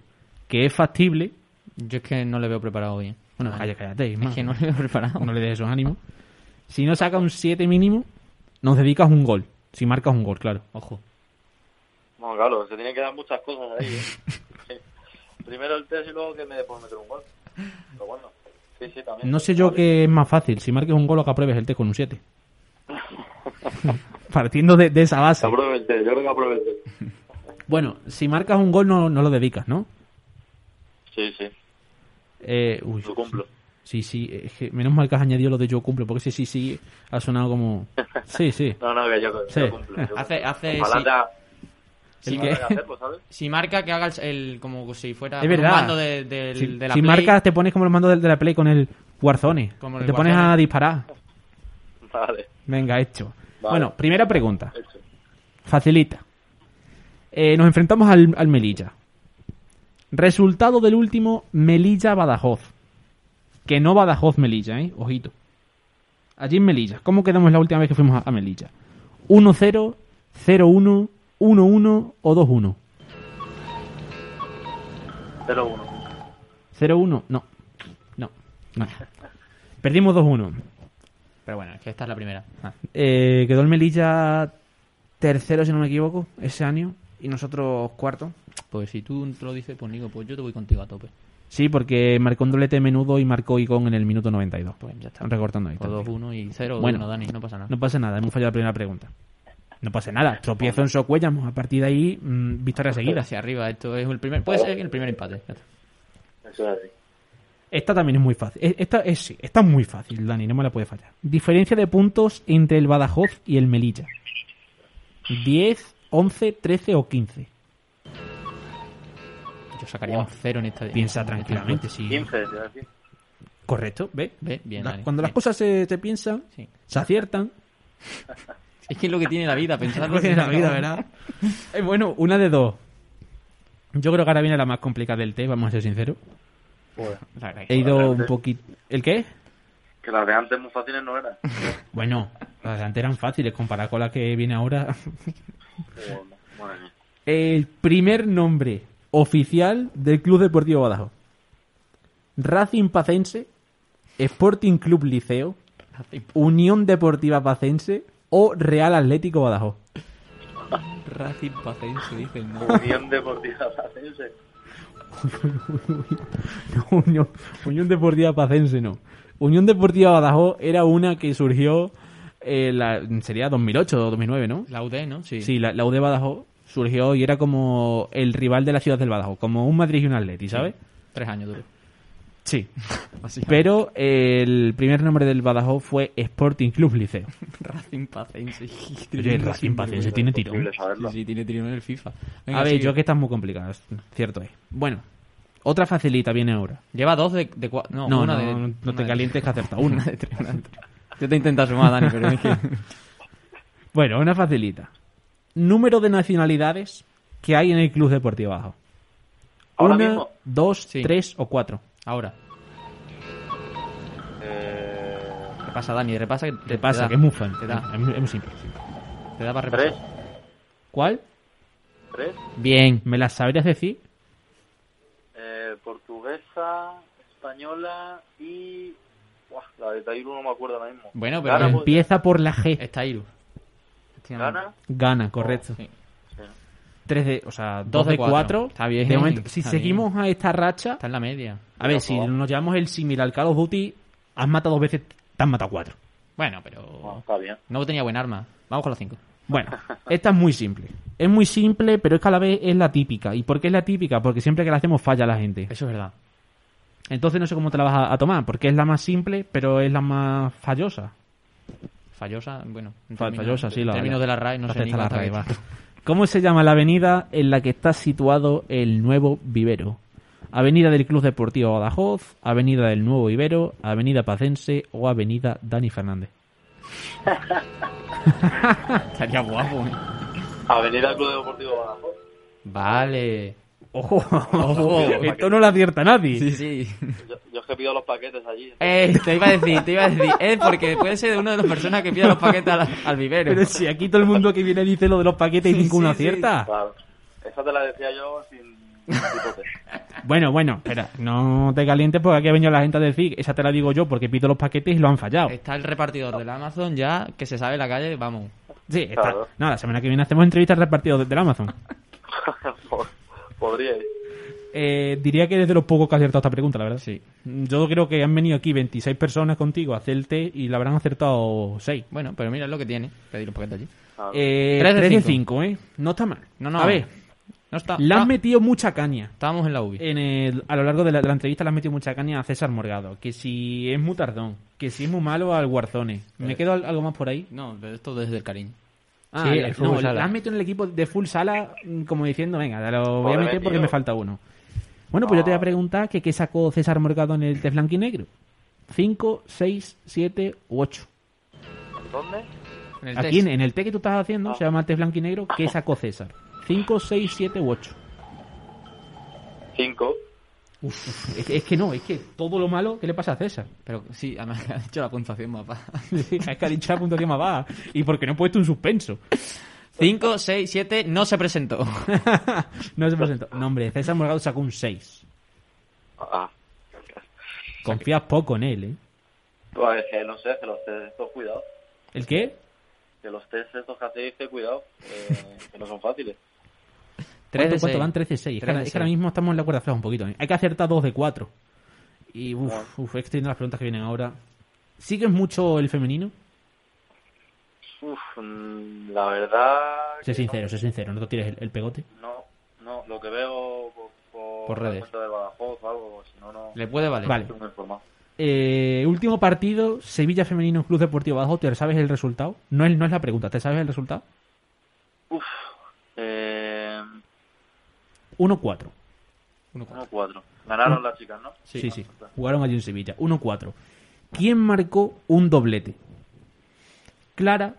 que es factible.
Yo es que no le veo preparado bien.
Bueno, calla,
Es
cállate, Isma.
que no le veo preparado.
No le des esos ánimos. Si no sacas un 7 mínimo, nos dedicas un gol. Si marcas un gol, claro.
Ojo.
No, claro, se tienen que dar muchas cosas ahí. ¿eh? Primero el test y luego que me después meter un gol. Pero bueno, sí, sí, también.
No sé yo
Vale.
qué es más fácil, si marcas un gol o que apruebes el test con un 7. Partiendo de, de esa
Que
base.
apruebe el test, yo creo que apruebe el test.
Bueno, si marcas un gol no, no lo dedicas, ¿no?
Sí, sí,
Eh, uy,
lo cumplo.
Sí, sí, es que menos mal que has añadido lo de yo cumplo, porque sí, sí, sí, ha sonado como... Sí, sí.
No, no, que yo, yo
Sí.
cumplo. yo
Hace-
cumplo.
hace-
Ojalá
sí.
sea-
Si,
ojalá
que-
sea hacerlo, ¿sabes?
si marca, que haga el, el- como si fuera
Es
con un
verdad.
mando de, del-
Si,
de la
si
Play.
marcas, te pones como los mandos de, de la Play con el Warzone.
Como el
te pones
Warzone.
a disparar.
Vale,
Venga, hecho.
Vale.
Bueno, primera pregunta.
hecho.
Facilita. Eh, nos enfrentamos al, al Melilla. Resultado del último Melilla-Badajoz. Que no Badajoz-Melilla, ¿eh? Ojito. Allí en Melilla. ¿Cómo quedamos la última vez que fuimos a, a Melilla? 1-0, 0-1, 1-1 o 2-1.
0-1.
0-1, no. No. no. Perdimos 2-1.
Pero bueno, es que esta es la primera. Ah.
Eh, quedó el Melilla tercero, si no me equivoco, ese año. Y nosotros cuarto.
Pues si tú te lo dices, pues digo, pues yo te voy contigo a tope.
Sí, porque marcó un doblete menudo y marcó Icon en el minuto 92.
Pues ya está.
Están recortando ahí.
O 2-1 y 0
Bueno.
bueno. Dani, no pasa nada.
No pasa nada, hemos fallado la primera pregunta. No pasa nada, tropiezo en Socuellamos. A partir de ahí, mm, victoria seguida.
Hacia arriba, esto es el primer... Puede ser el primer empate. ya está.
Eso es así.
Esta también es muy fácil. E- Esta es, sí, esta es muy fácil, Dani, no me la puede fallar. Diferencia de puntos entre el Badajoz y el Melilla. 10, 11, 13 o 15.
Yo sacaría un 0 en esta.
Piensa tranquilamente, sí.
15, te iba a decir.
Correcto, ¿ve?
Ve, bien,
La-
Dani,
Cuando las
bien.
cosas se, se piensan,
Sí.
se aciertan.
Es que es lo que tiene la vida, pensar
Lo que tiene la vida, ¿verdad? Eh, bueno, una de dos. Yo creo que ahora viene la más complicada del té, vamos a ser sinceros.
La verdad
He
que-
ido un
Adelante.
poquito... ¿El qué?
Que las de antes muy fáciles no eran.
Bueno, las de antes eran fáciles comparado con la que viene ahora.
Joder, madre mía.
El primer nombre oficial del Club Deportivo Badajoz. Racing Pacense, Sporting Club Liceo, Unión Deportiva Pacense o Real Atlético Badajoz.
Racing Pacense, dice el
Unión Deportiva Pacense.
No, Unión, Unión Deportiva Pacense no. Unión Deportiva Badajoz era una que surgió, eh, la- sería 2008 o 2009, ¿no?
La UD, ¿no? Sí.
Sí, la, la U de Badajoz surgió y era como el rival de la ciudad del Badajoz, como un Madrid y un Atleti, ¿sabes?
Tres años duro.
Sí.
Así
Pero eh, el primer nombre del Badajoz fue Sporting Club Liceo.
Racing Pacense.
Oye, Racing Pacense tiene tirón.
Imposible saberlo.
Sí, tiene tirón en el FIFA. Venga,
A ver,
sigue.
yo que estás muy complicado, es- cierto es. Bueno, otra facilita viene ahora.
Lleva dos de, de cua- No,
No, no,
una de.
no,
una
te
de-
calientes que acerta una.
Una de tres. Una de tres. Yo te intento sumar, Dani, pero es que.
Bueno, una facilita. Número de nacionalidades que hay en el Club Deportivo Badajoz.
Ahora
una,
mismo.
dos,
Sí.
tres o cuatro.
Ahora.
Eh,
Repasa, Dani, repasa. que
Te pasa,
da.
que es muy fácil.
Ah, Te da,
Es muy- es muy simple.
te da para
¿Tres?
repasar.
¿Cuál?
¿Tres?
Bien.
¿Me las sabrías decir?
Eh, portuguesa, española y... Buah, la de Tairo no me acuerdo ahora mismo.
Bueno, pero-
Gana, puede
Empieza por la G.
Está Iru.
ser. Gana,
Gana, correcto.
Eh, oh, Sí.
Tres de, o sea, dos,
Dos de
de
cuatro.
cuatro.
Está bien,
De momento, si
está
seguimos a esta racha,
Está en la media.
a ver, si nos llevamos el similar al Call of Duty, has matado dos veces, te has matado cuatro.
Bueno,
Ah,
pero.
está bien.
No tenía buen arma. Vamos con los cinco.
Bueno, esta es muy simple. Es muy simple, pero es que a la vez es la típica. ¿Y por qué es la típica? Porque siempre que la hacemos falla la gente.
Eso es verdad.
Entonces no sé cómo te la vas a, a tomar, porque es la más simple, pero es la más fallosa.
Fallosa, bueno. en
Fa-
términos-
fallosa, sí, la-
En términos de
la-
la RAE, no
la
sé ni
cesta de la
cuántas
RAE,
veces.
¿Cómo se llama la avenida en la que está situado el nuevo vivero? Avenida del Club Deportivo Badajoz, Avenida del Nuevo Vivero, Avenida Pacense o Avenida Dani Fernández.
Estaría guapo, ¿eh?
Avenida Club Deportivo Badajoz.
Vale.
¡Ojo!
Esto
Esto no lo acierta nadie.
Sí, sí.
Yo, yo es que pido los paquetes allí.
Eh, te iba a decir, te iba a decir. Es porque puede ser una de las personas que pida los paquetes al, al vivero.
Pero si aquí todo el mundo que viene dice lo de los paquetes y ninguno
sí, sí.
acierta.
Claro. Esa te la decía yo sin... sin hipote.
Bueno, bueno, espera, no te calientes porque aquí ha venido la gente a decir, esa te la digo yo porque pido los paquetes y lo han fallado.
Está el repartidor del Amazon ya, que se sabe la calle, vamos.
Sí, está.
Claro.
No, la semana que viene hacemos entrevistas repartidas desde el Amazon.
Pod- Podría ir.
Eh, diría que desde los pocos que ha acertado esta pregunta, la verdad. Sí. Yo creo que han venido aquí 26 personas contigo a hacer el té y la habrán acertado 6.
Bueno, pero mira es lo que tiene, pedir un paquete allí.
Claro.
Eh,
Tres de
3 de
cinco.
5, ¿eh? No está mal.
No, Ah, no.
A ver,
No está.
Le han
está-
metido mucha caña.
Estábamos en la UBI.
En el- a lo largo de la, de la entrevista le han metido mucha caña a César Morgado. Que si es muy tardón, que si es muy malo al Warzone. ¿Me quedo al- algo más por ahí?
No, pero esto desde el cariño.
Ah,
Sí,
le-
el fútbol
no,
sala.
le han metido en el equipo de full sala mm, como diciendo, venga, te lo voy a
Joder,
meter porque
tío.
me falta uno. Bueno, pues yo te voy a preguntar que qué sacó César Morgado en el test blanco y negro. 5, 6, 7 u 8.
¿Dónde?
En el
Aquí
test.
en, en el test que tú estás haciendo se llama test blanco y negro. ¿Qué sacó César? 5, 6, 7 u 8.
Cinco.
Uf, es, que- es que no, es que todo lo malo que le pasa a César.
Pero sí, además ha dicho la puntuación más baja.
es que ha dicho la puntuación más baja. Y porque no he puesto un suspenso.
5, 6, 7, no se presentó.
no se presentó. No, hombre, César Morgado sacó un 6.
Ah,
Confías poco en él, ¿eh?
pues que no sé, que los test estos, cuidado.
¿El qué?
Que los test estos que hacéis, que cuidado, eh, que no son fáciles.
¿Cuánto,
3
cuánto van? 13 de 6. Es que,
Tres
ahora-
de
es que ahora
seis.
mismo estamos en la cuerda floja un poquito. ¿eh? Hay que acertar 2 de 4. Y uff, uf, estoy teniendo las preguntas que vienen ahora. ¿Sigues mucho el femenino?
Uf, mm, la verdad.
Sé
que no.
sincero, sé sincero. No te tires el, el pegote.
No, no, lo que veo por, por,
Por
la
redes.
cuenta de Badajoz o algo, si no, no
Le puede valer.
Vale.
estoy muy informado.
Eh, último partido, Sevilla Femenino Club Deportivo Badajoz. ¿Te sabes el resultado? No es, no es la pregunta, ¿te sabes el resultado?
Uf, eh,
1-4.
1-4. Ganaron las chicas, ¿no?
Sí, sí. Jugaron allí en Sevilla. 1-4. ¿Quién marcó un doblete? Clara,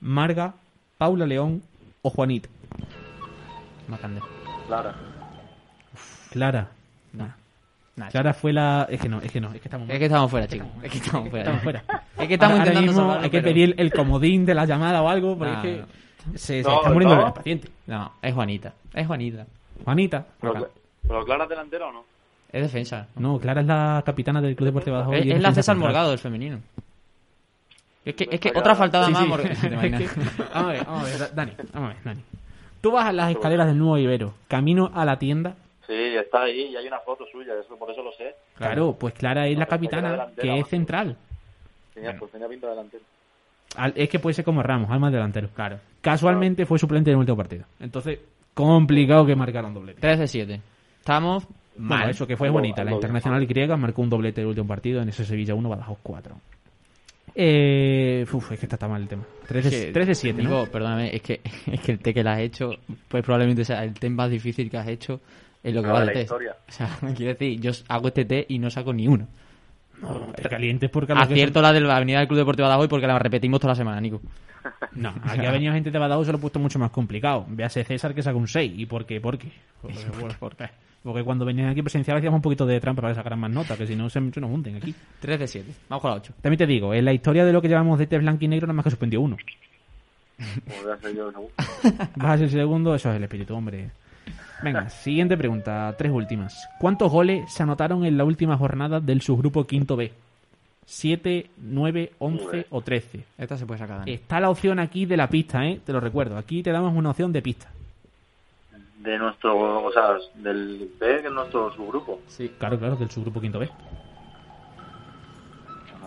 Marga, Paula León o Juanita.
Macande.
Clara.
Clara.
No. Nah,
Clara fue la. Es que no, es que no, es que estamos mal.
Es que estamos fuera, chicos. Es que estamos fuera.
Estamos fuera.
Es que estamos
Ahora- ahora
intentando
mismo
salvarlo,
Hay que
pero- Ah.
pedir el comodín de la llamada o algo, porque
Nah,
es que se, se
No,
está muriendo
no.
el paciente.
No, es Juanita. Es Juanita.
Juanita.
¿Pero, pero Clara es delantera o no?
Es defensa.
No, Clara es la capitana del Club Deportivo Badajoz.
Es,
y
es la
defensa
César
central.
Morgado del femenino. Es que, es que
Vaya-
otra faltada
Sí,
más.
sí.
Morgado. ¿Te imaginas?
Es que- Vamos a ver, vamos a ver, Dani, vamos a ver, Dani. Tú vas a las escaleras del Nuevo Ibero, camino a la tienda.
Sí, está ahí y hay una foto suya, eso, por eso lo sé.
Claro, pues Clara es la
Porque era
capitana,
delantera,
que es
vamos.
central.
Tenía, pues tenía pinta de delantera.
Al- Es que puede ser como Ramos, alma delantero. Claro. Casualmente fue suplente en el último partido. Entonces, complicado que marcaron doblete.
3 de 7. Estamos mal.
Bueno, eso que fue
Algo-
bonita. La
algo
internacional griega marcó un doblete en el último partido en ese Sevilla 1, Badajoz 4. Eh, uf, es que está, está mal el tema. 3
Es
de,
que,
3 de 7, ¿no?
digo, perdóname, es que, es que el té que la has hecho, pues probablemente sea el té más difícil que has hecho en lo que
Ah,
va de
de la
té.
historia.
O sea, quiero decir, yo hago este té y no saco ni uno.
No, te calientes porque a los que
Acierto la de la Avenida del Club Deportivo Badajoz porque la repetimos toda la semana, Nico.
son- No, aquí ha venido gente de Badajoz se lo ha puesto mucho más complicado. Véase César que sacó un 6. ¿Y por qué? ¿Por qué? Porque, porque cuando venían aquí presencial hacíamos un poquito de trampa para que sacaran más notas, que si no se, se nos hunden aquí.
3 de 7. Vamos con la 8.
También te digo, en la historia de lo que llevamos de test blanco y negro, nada más que suspendió uno.
Como voy a ser yo, ¿no?
Vas a ser segundo, eso es el espíritu, hombre. Venga, siguiente pregunta, tres últimas. ¿Cuántos goles se anotaron en la última jornada del subgrupo quinto B? ¿7, 9, 11 o 13?
Esta se puede sacar. Dani.
Está la opción aquí de la pista, ¿eh? Te lo recuerdo. Aquí te damos una opción de pista.
De nuestro, o sea, del B, que es nuestro subgrupo.
Claro, claro, del subgrupo quinto B.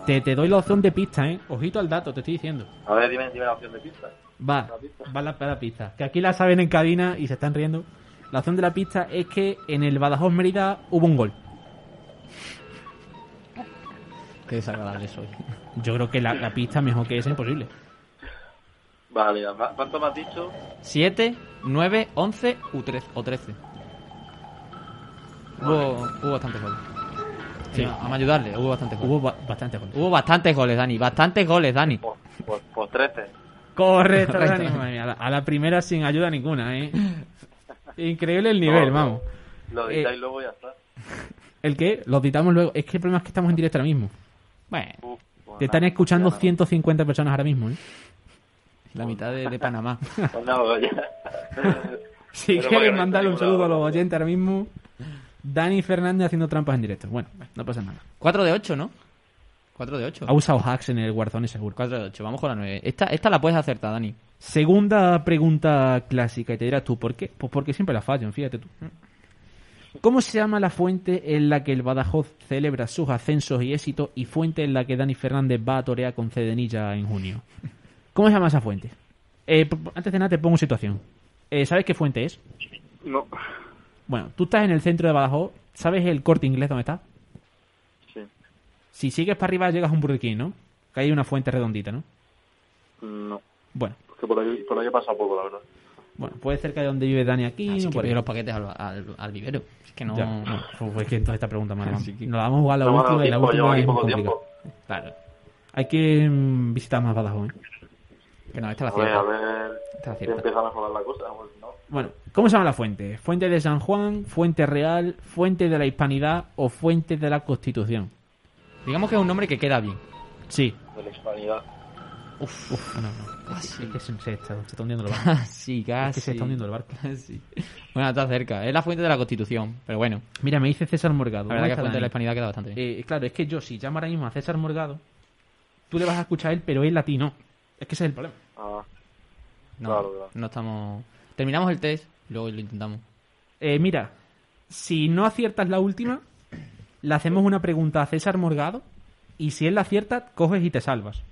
Te, te doy la opción de pista, ¿eh? Ojito al dato, te estoy diciendo.
A ver, dime, dime la opción de pista.
Va, va la, va la pista. Que aquí la saben en cabina y se están riendo. La opción de la pista es que en el Badajoz Mérida hubo un gol.
Qué desagradable soy.
Yo creo que la, la pista mejor que esa es imposible.
Vale, ¿cu- ¿cuánto me has dicho?
7, 9, 11 u 13, o 13. Hubo, hubo bastantes goles.
Sí.
Sí. Vamos a ayudarle, hubo bastantes goles.
Hubo ba- bastantes goles.
Hubo bastantes goles, Dani. Bastantes goles, Dani.
Pues, pues, pues 13.
Correcto,
Correcto.
Dani. Madre mía, a, la, a la primera sin ayuda ninguna, ¿eh? Increíble el nivel,
No, no.
vamos.
Lo
Eh,
editáis luego y ya está.
¿El que Los editamos luego. Es que el problema es que estamos en directo ahora mismo.
Bueno,
Uf, pues
Te están
nada,
escuchando
ya no.
150 personas ahora mismo, ¿eh?
la mitad de, de Panamá.
Pues no, ya.
Si
Pero
quieres
vaya,
mandarle un
ninguna
saludo a los
hora, tío.
oyentes ahora mismo, Dani Fernández haciendo trampas en directo. Bueno, no pasa nada.
4 de 8, ¿no? 4 de 8.
Ha usado hacks en el Warzone seguro.
4 de 8, vamos con la 9. Esta, esta la puedes acertar, Dani.
Segunda pregunta clásica, y te dirás tú, ¿por qué? Pues porque siempre la fallan, fíjate tú. ¿Cómo se llama la fuente en la que el Badajoz celebra sus ascensos y éxitos y fuente en la que Dani Fernández va a torear con Cedenilla en junio? ¿Cómo se llama esa fuente? Eh, p- antes de nada te pongo en situación. Eh, ¿Sabes qué fuente es?
No,
Bueno, tú estás en el centro de Badajoz. ¿Sabes el corte inglés dónde está?
sí.
Si sigues para arriba llegas a un Burger King, ¿no? Que hay una fuente redondita, ¿no?
No.
Bueno,
Porque por ahí, por ahí pasa poco, la verdad.
bueno, puede ser cerca de donde vive Dani aquí.
Así
no
Ah, que
por
pide
ahí.
los paquetes al, al, al vivero. Es que no...
Ya. Uf, Pues es que entonces esta pregunta me la vamos- Nos la vamos a jugar la
No me ha dado
última y la
tiempo, llevo
última
aquí
es muy
poco tiempo.
complicada. Claro. Hay que mm, visitar más Badajoz, ¿eh?
Que no, esta la
A ver, a
cierta.
ver
Esta la
si
cierta.
empieza a mejorar la cosa. Pues no.
Bueno, ¿cómo se llama la fuente? ¿Fuente de San Juan, Fuente Real, Fuente de la Hispanidad o Fuente de la Constitución?
Digamos que es un nombre que queda bien.
Sí.
De la hispanidad.
Uf,
No, no.
casi.
Es que se, se está, se está hundiendo el barco.
Casi, casi.
Es que se está hundiendo el barco.
Ah, Sí. Bueno, está cerca. Es la fuente de la Constitución, pero bueno.
Mira, me dice César Morgado.
La verdad que la
¿Dónde
fuente de la
Pues está
hispanidad queda bastante bien.
Dani? Eh, claro, es que yo si llamo ahora mismo a César Morgado, tú le vas a escuchar a él, pero es latino. Es que ese es el problema.
Ah,
No,
claro, claro.
no estamos... Terminamos el test, luego lo intentamos.
Eh, mira, si no aciertas la última, le hacemos una pregunta a César Morgado y si él la acierta, coges y te salvas.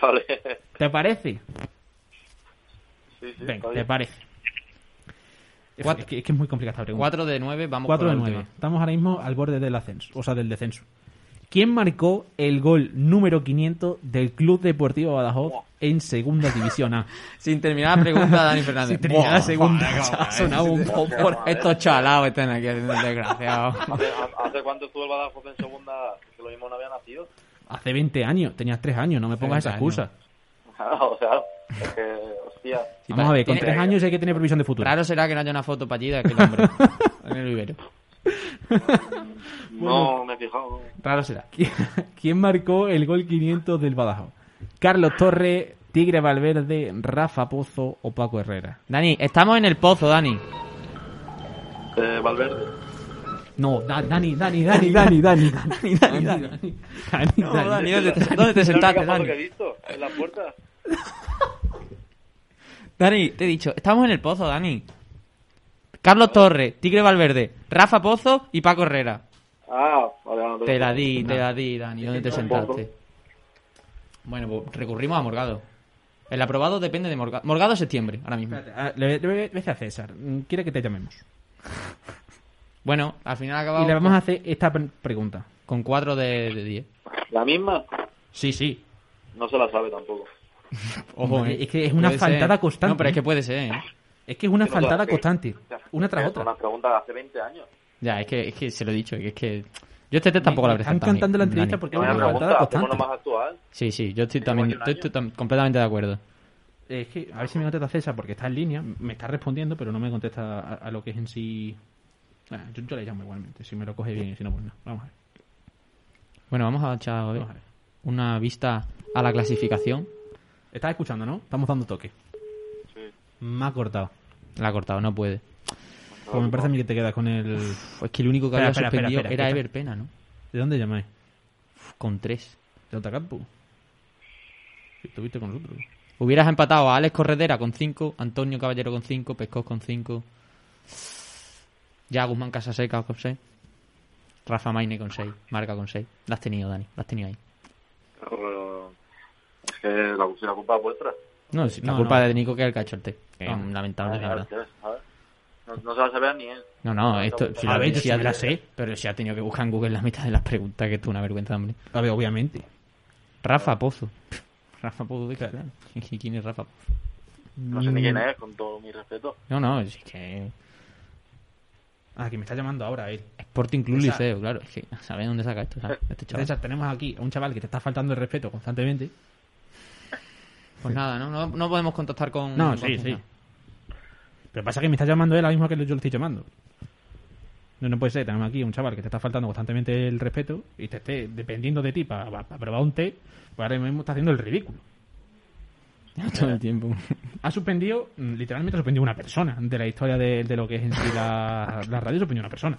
vale.
¿Te parece?
Sí, sí, está
Venga, te
bien.
parece. Es,
Cuatro-
es que, es que es muy complicada esta pregunta.
4 de 9, vamos
4
por
de
la
9.
última.
Estamos ahora mismo al borde del ascenso, o sea, del descenso. ¿Quién marcó el gol número 500 del Club Deportivo Badajoz en Segunda División A?
Sin terminar la pregunta, Dani Fernández.
Sin terminar la
Buah,
segunda,
joder,
se ha
cabrón,
sonado
eh.
un
poco.
Estos chalados están aquí haciendo el desgraciado.
¿Hace, ha- hace cuánto estuvo el Badajoz en segunda? Que lo mismo no había nacido.
Hace 20 años, tenías 3 años, no me pongas esa
20 años.
excusa.
o sea, es que, hostia.
Sí,
Vamos a ver, con
tiene-
3 años hay que tener previsión de futuro.
Raro será que no haya una foto para allí de aquel hombre. en el vivero.
No me he fijado.
Raro será. ¿Qui- ¿Quién marcó el gol 500 del Badajoz? Carlos Torres, Tigre Valverde, Rafa Pozo o Paco Herrera.
Dani, estamos en el pozo, Dani.
Eh, Valverde.
No, Da- Dani, Dani, Dani, Dani, Dani, Dani, Dani, Dani, Dani, Dani, Dani.
¿dónde te, dónde te
Es la única
sentaste,
foto
Dani?
que he visto en la puerta.
Dani, te he dicho, estamos en el pozo, Dani. Carlos Torres, Tigre Valverde, Rafa Pozo y Paco Herrera.
Ah, vale, vale.
Te la di, te la di, Dani. ¿Dónde te
Tampoco.
sentaste? Bueno, pues recurrimos a Morgado. El aprobado depende de Morgado. Morgado es septiembre, ahora mismo.
Espérate, ah, le, le- le voy a decir a César, mm, quiere que te llamemos.
Bueno, al final ha acabado
Y le vamos a
con-
hacer esta pre- pregunta.
con 4 de, de 10.
¿La misma?
Sí, sí.
No se la sabe tampoco.
Ojo,
Hombre,
eh.
es que es una
Puede
faltada
ser.
constante,
No, pero es que
¿eh?
puede ser, ¿eh?
Es que es una
Que no te la
faltada
sé.
constante,
O sea,
una tras
es
otra.
Una pregunta de hace 20 años.
Ya, es que, es que se lo he dicho, que es que... Yo este test tampoco lo habré
Están
acertado,
cantando la
Dani.
entrevista porque
Es
es
una
una faltada
pregunta, hacemos
constante.
una más actual.
Sí, sí, yo estoy,
Tengo
también,
aquí un
estoy,
año.
estoy tam- completamente de acuerdo.
Eh, Es que a ver si me contesta César porque está en línea, me está respondiendo, pero no me contesta a, a lo que es en sí. Ah, yo, yo le llamo igualmente, si me lo coge bien y si no, pues no. Vamos a ver.
Bueno, vamos a echar a ver,
Vamos a ver.
una vista a la clasificación.
Estás escuchando, ¿no? Estamos dando toque.
Sí.
Me ha cortado.
La ha cortado, no puede.
Pues me parece a mí que te quedas con el.
Uf, es que el único que
Espera,
había
espera, espera,
suspendido
espera,
era
espera.
Ever Pena, ¿no?
¿De dónde llamáis?
Uf, con 3.
De Otacampo. Estuviste con nosotros.
Hubieras empatado a Alex Corredera con 5, Antonio Caballero con 5, Pescos con 5, ya Guzmán Casaseca con 6, Rafa Maine con 6, Marca con 6. La has tenido, Dani, la has tenido ahí.
Pero, Es que la, si la culpa es vuestra.
No, si- la
No,
culpa
no.
de Nico que es el que ha hecho el té. Ah, Es
No.
lamentable, la
A ver,
verdad.
a ver. No, no se la sabía ni él.
No, no, esto.
A
lo-
ver,
yo sí
ha-
me la sé.
Pero si ha tenido que buscar en Google la mitad de las preguntas, que esto es una vergüenza, hombre.
A ver, obviamente.
Rafa Pozo. Rafa Pozo, de claro. ¿Quién es Rafa Pozo?
No sé ni quién es, con todo mi respeto.
No, no, es que.
Ah, que me está llamando ahora él.
Sporting Club
Esa-
Liceo, claro. Es que, ¿sabes dónde saca esto? ¿sabes? Este chaval.
César, tenemos aquí a un chaval que te está faltando el respeto constantemente.
Pues nada, no, no, no podemos contactar con.
No,
con
Mm. sí, sí.
César.
Pero pasa que me está llamando él ahora mismo que yo le estoy llamando. No, no puede ser, tenemos aquí un chaval que te está faltando constantemente el respeto y te esté dependiendo de ti para, probar un té, pues ahora mismo está haciendo el ridículo.
Todo el tiempo.
Ha suspendido, mm, literalmente ha suspendido una persona de la historia de, de lo que es en sí la, la radio, ha suspendido una persona.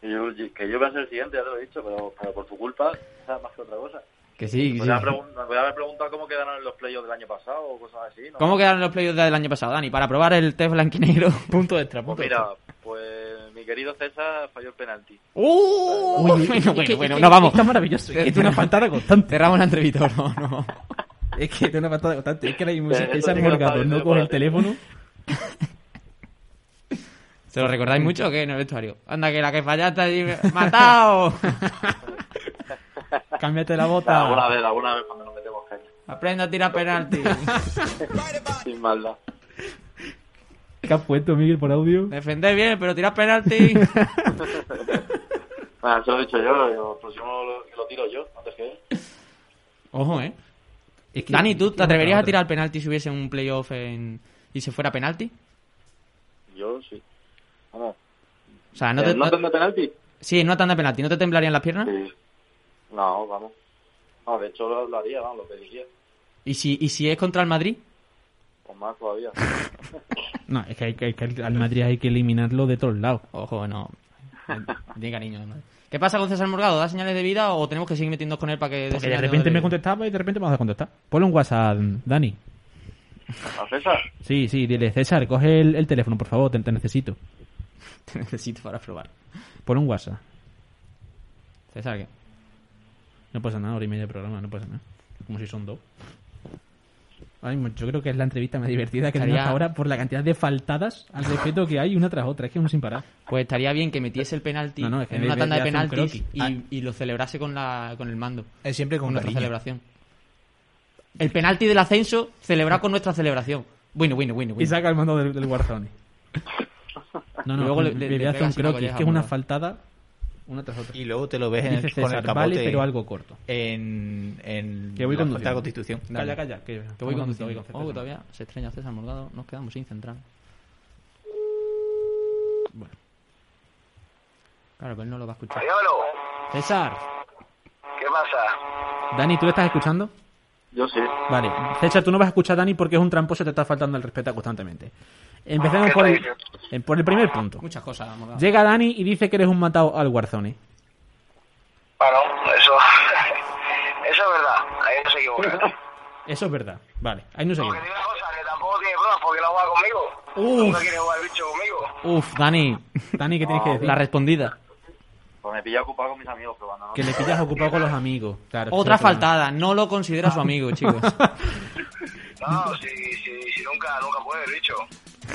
Que yo, que yo voy a ser el siguiente, ya te lo he dicho, pero, pero por tu culpa, o sea, más que otra cosa.
Que sí, que
Me
sí.
voy a, pregun- me voy a haber preguntado cómo quedaron en los playoffs del año pasado o cosas así. ¿no?
¿Cómo quedaron los playoffs del año pasado, Dani? Para probar el test blanquinegro. punto extra,
Pues
punto
mira,
extra.
pues mi querido César falló el penalti.
¡Uh!
Uy,
bueno,
es
bueno,
que-
bueno,
es que
no vamos.
Está maravilloso, es que tiene una faltada constante.
Cerramos la entrevista, no, no.
Es que tiene una faltada constante. Es que ahora mismo
Eh,
si
eso
César
sí que lo
Morgado
sabe,
no
pero
coge el
para ti.
teléfono.
¿Se lo recordáis mucho o qué en el vestuario? Anda, que la que fallaste allí, matado.
Cámbiate la
Ah.
Alguna
bota.
vez, alguna vez cuando nos metemos caña.
Aprenda a tirar penalti.
Sin maldad.
¿Qué has puesto, Miguel, por audio?
Defender bien, pero tirar penalti.
Nada, se Ah, lo he dicho yo, yo, el próximo lo, lo tiro yo, antes que él.
Ojo, eh.
Es que-
Dani, ¿tú
es que
te atreverías
otra,
a tirar penalti si hubiese un playoff en... y se fuera penalti?
Yo sí. Vamos.
O sea, no
¿No,
te...
Eh, ¿No
no-
tendrá penalti?
Sí, no tan de penalti. ¿No te temblarían las piernas?
Sí. No, vamos. No, de hecho lo, lo haría, vamos, lo pediría.
¿Y si, ¿Y si es contra el Madrid?
Con más todavía.
otra. No, es que, hay, que- que al Madrid hay que eliminarlo de todos lados.
Ojo, no. Tiene cariño. además. ¿Qué pasa con César Morgado? ¿Da señales de vida o tenemos que seguir metiéndonos con él para que... dé
Porque de
señales
repente me
vida?
contestaba y de repente me vas a contestar. Ponle un WhatsApp, Dani.
¿A César?
Sí, sí, dile, César, coge el, el teléfono, por favor, te, te necesito.
Te necesito para probar.
Ponle un WhatsApp.
César, ¿qué?
No pasa nada, hora y media de programa, no pasa nada. Como si son dos. Ay, mo- yo creo que es la entrevista más divertida que he tenido
Estaría-
hasta ahora por la cantidad de faltadas al respeto que hay una tras otra. Es que es un sin parar.
Pues estaría bien que metiese el penalti
No, no, es que
en una
de-
tanda de
de hace un
penaltis
croquis.
y, y lo celebrase con, la, con el mando.
Es siempre
Con
con
nuestra
cariño.
celebración. El penalti del ascenso celebrado con nuestra celebración. Bueno, bueno, bueno.
Y saca el mando del, del Warzone. No, no,
Luego
luego
le-
le,
le-
voy
le
a hacer
pegas
un
cinco
croquis. Es que
collejas,
es una
Morgado.
faltada una tras otra.
Y luego te lo ves en el-
Dice
con el
César,
capote.
vale, pero algo corto.
En, en
Que voy
la-
conduciendo.
la Constitución.
Calla, calla, que,
Que voy
con
conduciendo. Oh, que todavía se extraña César Morgado. Nos quedamos sin central. Bueno. Claro, pues él no lo va a escuchar.
César,
¿qué pasa?
Dani, ¿tú le estás escuchando?
Yo sí.
Vale, César, tú no vas a escuchar a Dani porque es un tramposo te está faltando el respeto constantemente. Empecemos
¿Qué
por
te
el,
dice?
eh, por el primer punto.
Muchas cosas, Morgado.
Llega Dani y dice que eres un matado al Warzone.
Bueno, eso, eso es verdad, ahí no se equivoca.
Eso es verdad. Vale, ahí no se
Porque
queda.
tiene cosas que tampoco tiene pruebas porque no juega conmigo. No quiere jugar el bicho conmigo.
Uf, Dani.
Dani, ¿qué tienes que decir?
La respondida.
Pues me pilla ocupado con mis amigos probando. ¿no?
Que le pillas ocupado con los amigos. Claro,
Otra
sí, claro.
faltada. No lo considera su amigo, chicos.
No, si, si, si nunca, nunca puede el bicho.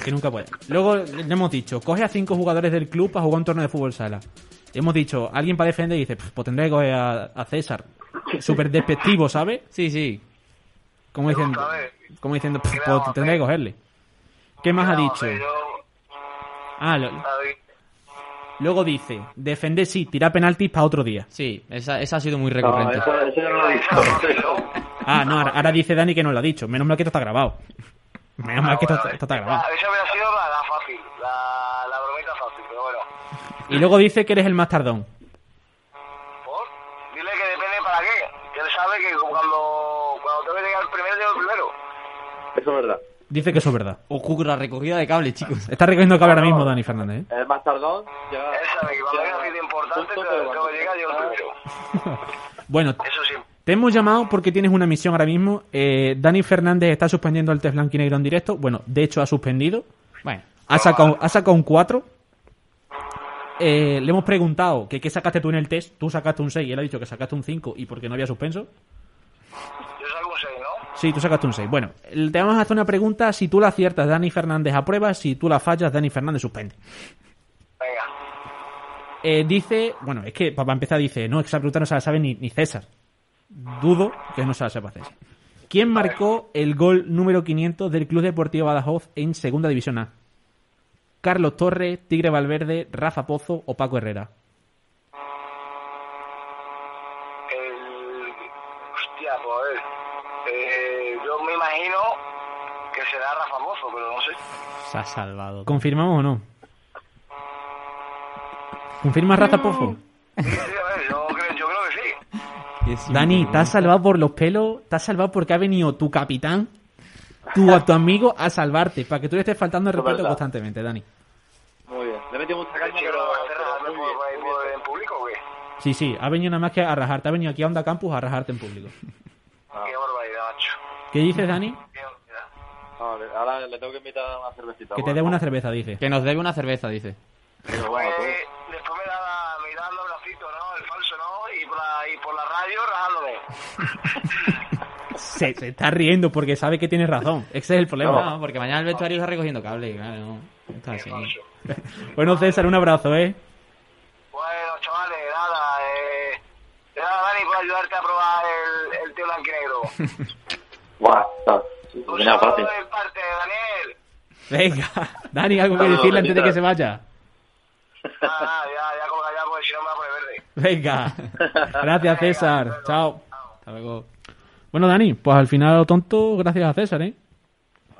Que nunca puede. Luego le hemos dicho, coge a cinco jugadores del club para jugar un torneo de fútbol sala. Le hemos dicho, alguien para defender y dice, "Pff, pues tendré que coger a, a César. Súper despectivo, ¿sabes?
Sí, sí.
Como diciendo,
gusta, ¿eh?
como diciendo "Pff,
¿Qué le
pues
vamos a
tendré que cogerle. ¿Qué más ha
No, sí,
dicho?
yo,
Ah, lo-
David,
luego dice, defender sí, tirar penaltis para otro día.
Sí, esa, esa ha sido muy
No,
recurrente.
eso, eso yo no lo he visto.
Ah, no, ahora, ahora dice Dani que no lo ha dicho. Menos mal que esto está grabado. Menos mal que esto, esto está grabado.
Ah, Esa hubiera sido la, la fácil, la, la bromita fácil, pero bueno.
Y luego dice que eres el más tardón.
¿Por? Dile que depende para qué. Que él sabe que cuando, cuando tengo que llegar primero, llego el primero.
Eso es verdad.
Dice que eso es verdad.
Ojo, la recogida de cables, chicos.
Está recogiendo cable ahora mismo Dani Fernández. ¿eh?
Es más tardón. Ya,
Él sabe que cuando hay una cita importante,
Justo,
te-
pero
tengo
cuando
que llegar, llego el
está-
primero.
Bueno,
Eso sí.
te hemos llamado porque tienes una misión ahora mismo. Eh, Dani Fernández está suspendiendo al test blanco y negro en directo. Bueno, de hecho ha suspendido.
Bueno,
Ha sacado, ha sacado un 4. Eh, le hemos preguntado que qué sacaste tú en el test. Tú sacaste un 6 y él ha dicho que sacaste un 5 y porque no había suspenso.
Yo saco un 6, ¿no?
Sí, tú sacaste un 6. Bueno, el- te vamos a hacer una pregunta. Si tú la aciertas, Dani Fernández aprueba. Si tú la fallas, Dani Fernández suspende.
Venga.
Eh, dice, bueno, es que para empezar dice, no, esa pregunta no se la sabe ni, ni César. Dudo que no se la sepa César. ¿Quién marcó el gol número 500 del Club Deportivo Badajoz en Segunda División A? ¿Carlos Torres, Tigre Valverde, Rafa Pozo o Paco Herrera?
El... Hostia, pues a ver. Eh, yo me imagino que será Rafa Mozo, pero no sé.
se ha salvado.
¿Confirmamos o no? ¿Confirma Rafa Pozo?
Sí, sí, a ver, yo creo, yo creo que sí.
Dani, te has salvado por los pelos, te has salvado porque ha venido tu capitán, tu, a tu amigo, a salvarte, para que tú le estés faltando el
Es
respeto
verdad.
constantemente, Dani.
Muy bien. Le he metido mucha caña,
Si
pero.
no vas a hacer nada,
pero
¿no?
muy bien,
¿Puedo-
muy
puedo-
bien.
en público o qué?
Sí, sí, ha venido nada más que a rajarte, ha venido aquí a Onda Campus a rajarte en público.
Ah.
Qué barbaridad, macho.
¿Qué dices, Dani?
Qué barbaridad.
No, le- ahora le tengo que invitar a una cervecita.
Que te
bueno.
dé una cerveza, dice.
Que nos debe una cerveza, dice.
Pero bueno, tú-
Eh, después me daba me daba los bracitos, ¿no? El falso, ¿no? Y por la, y por la radio rajándome.
Se, se está riendo porque sabe que tienes razón. Ese es el problema.
No, porque mañana el vestuario está recogiendo cable. claro, no. Está así. bueno, César, un abrazo, ¿eh?
Bueno, chavales, nada, eh, nada, Dani, por ayudarte a probar el, el tío blanquinegro.
Buah, está.
Un
Mira,
saludo
Pues fácil.
de mi parte, Daniel.
Venga, Dani, algo que decirle antes de que se vaya.
Nada, nada, ya, ya colga ya, porque si no me va a poner verde.
Venga. Gracias, César. Chao. Hasta luego. Bueno, Dani, pues al final lo tonto, gracias a César, ¿eh?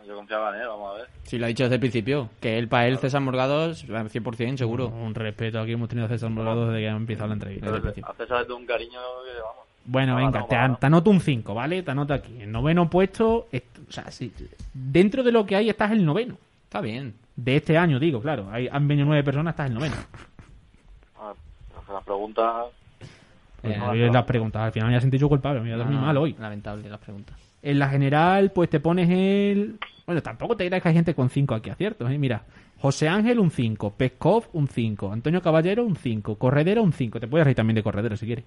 Yo confiaba en él, vamos a ver.
Sí, lo ha dicho desde el principio. Que él, para él, César Morgado, es eh, 100% seguro.
Un respeto, aquí hemos tenido a César Morgado desde que ha empezado la entrevista. desde el principio.
A pesar de un cariño que vamos.
Bueno, venga, te, an- te anoto un 5, ¿vale? Te anoto aquí. El noveno puesto, est- o sea, si- dentro de lo que hay estás el noveno.
Está bien.
De este año, digo, claro. Hay, han venido nueve personas, estás el noveno.
A- a Las preguntas.
Eh, hoy las preguntas, al final me he sentido yo culpable, me voy a dormir
Pues No, no,
mal hoy.
Ah, Lamentable las preguntas.
En la general, pues te pones el. Bueno, tampoco te dirás que hay gente con 5 aquí, acierto, ¿eh? Mira, José Ángel un 5, Peskov un 5, Antonio Caballero un 5, Corredero un 5. Te puedes reír también de Corredero si quieres.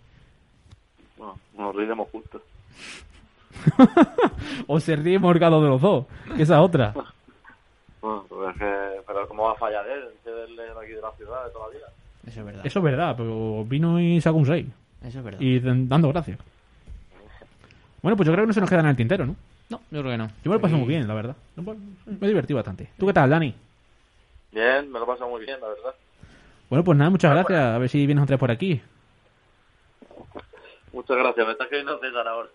Bueno, nos riremos juntos.
O se ríe Morgado de los dos, que esa es otra.
Bueno, pues es que- pero ¿cómo va a fallar él? Que él es de aquí de la ciudad de toda la vida.
Eso es verdad.
Eso es verdad, pero vino y sacó un 6.
Eso es verdad.
Y dan- dando gracias. Bueno, pues yo creo que no se nos queda en el tintero, ¿no?
No, yo creo que no.
Yo me lo pasé
Aquí-
muy bien, la verdad. Me he divertido bastante. ¿Tú qué tal, Dani?
Bien, me lo he pasado muy bien, la verdad.
Bueno, pues nada,
Ah,
muchas gracias. A ver si vienes otra vez por aquí.
Muchas gracias, me estás queriendo César ahora.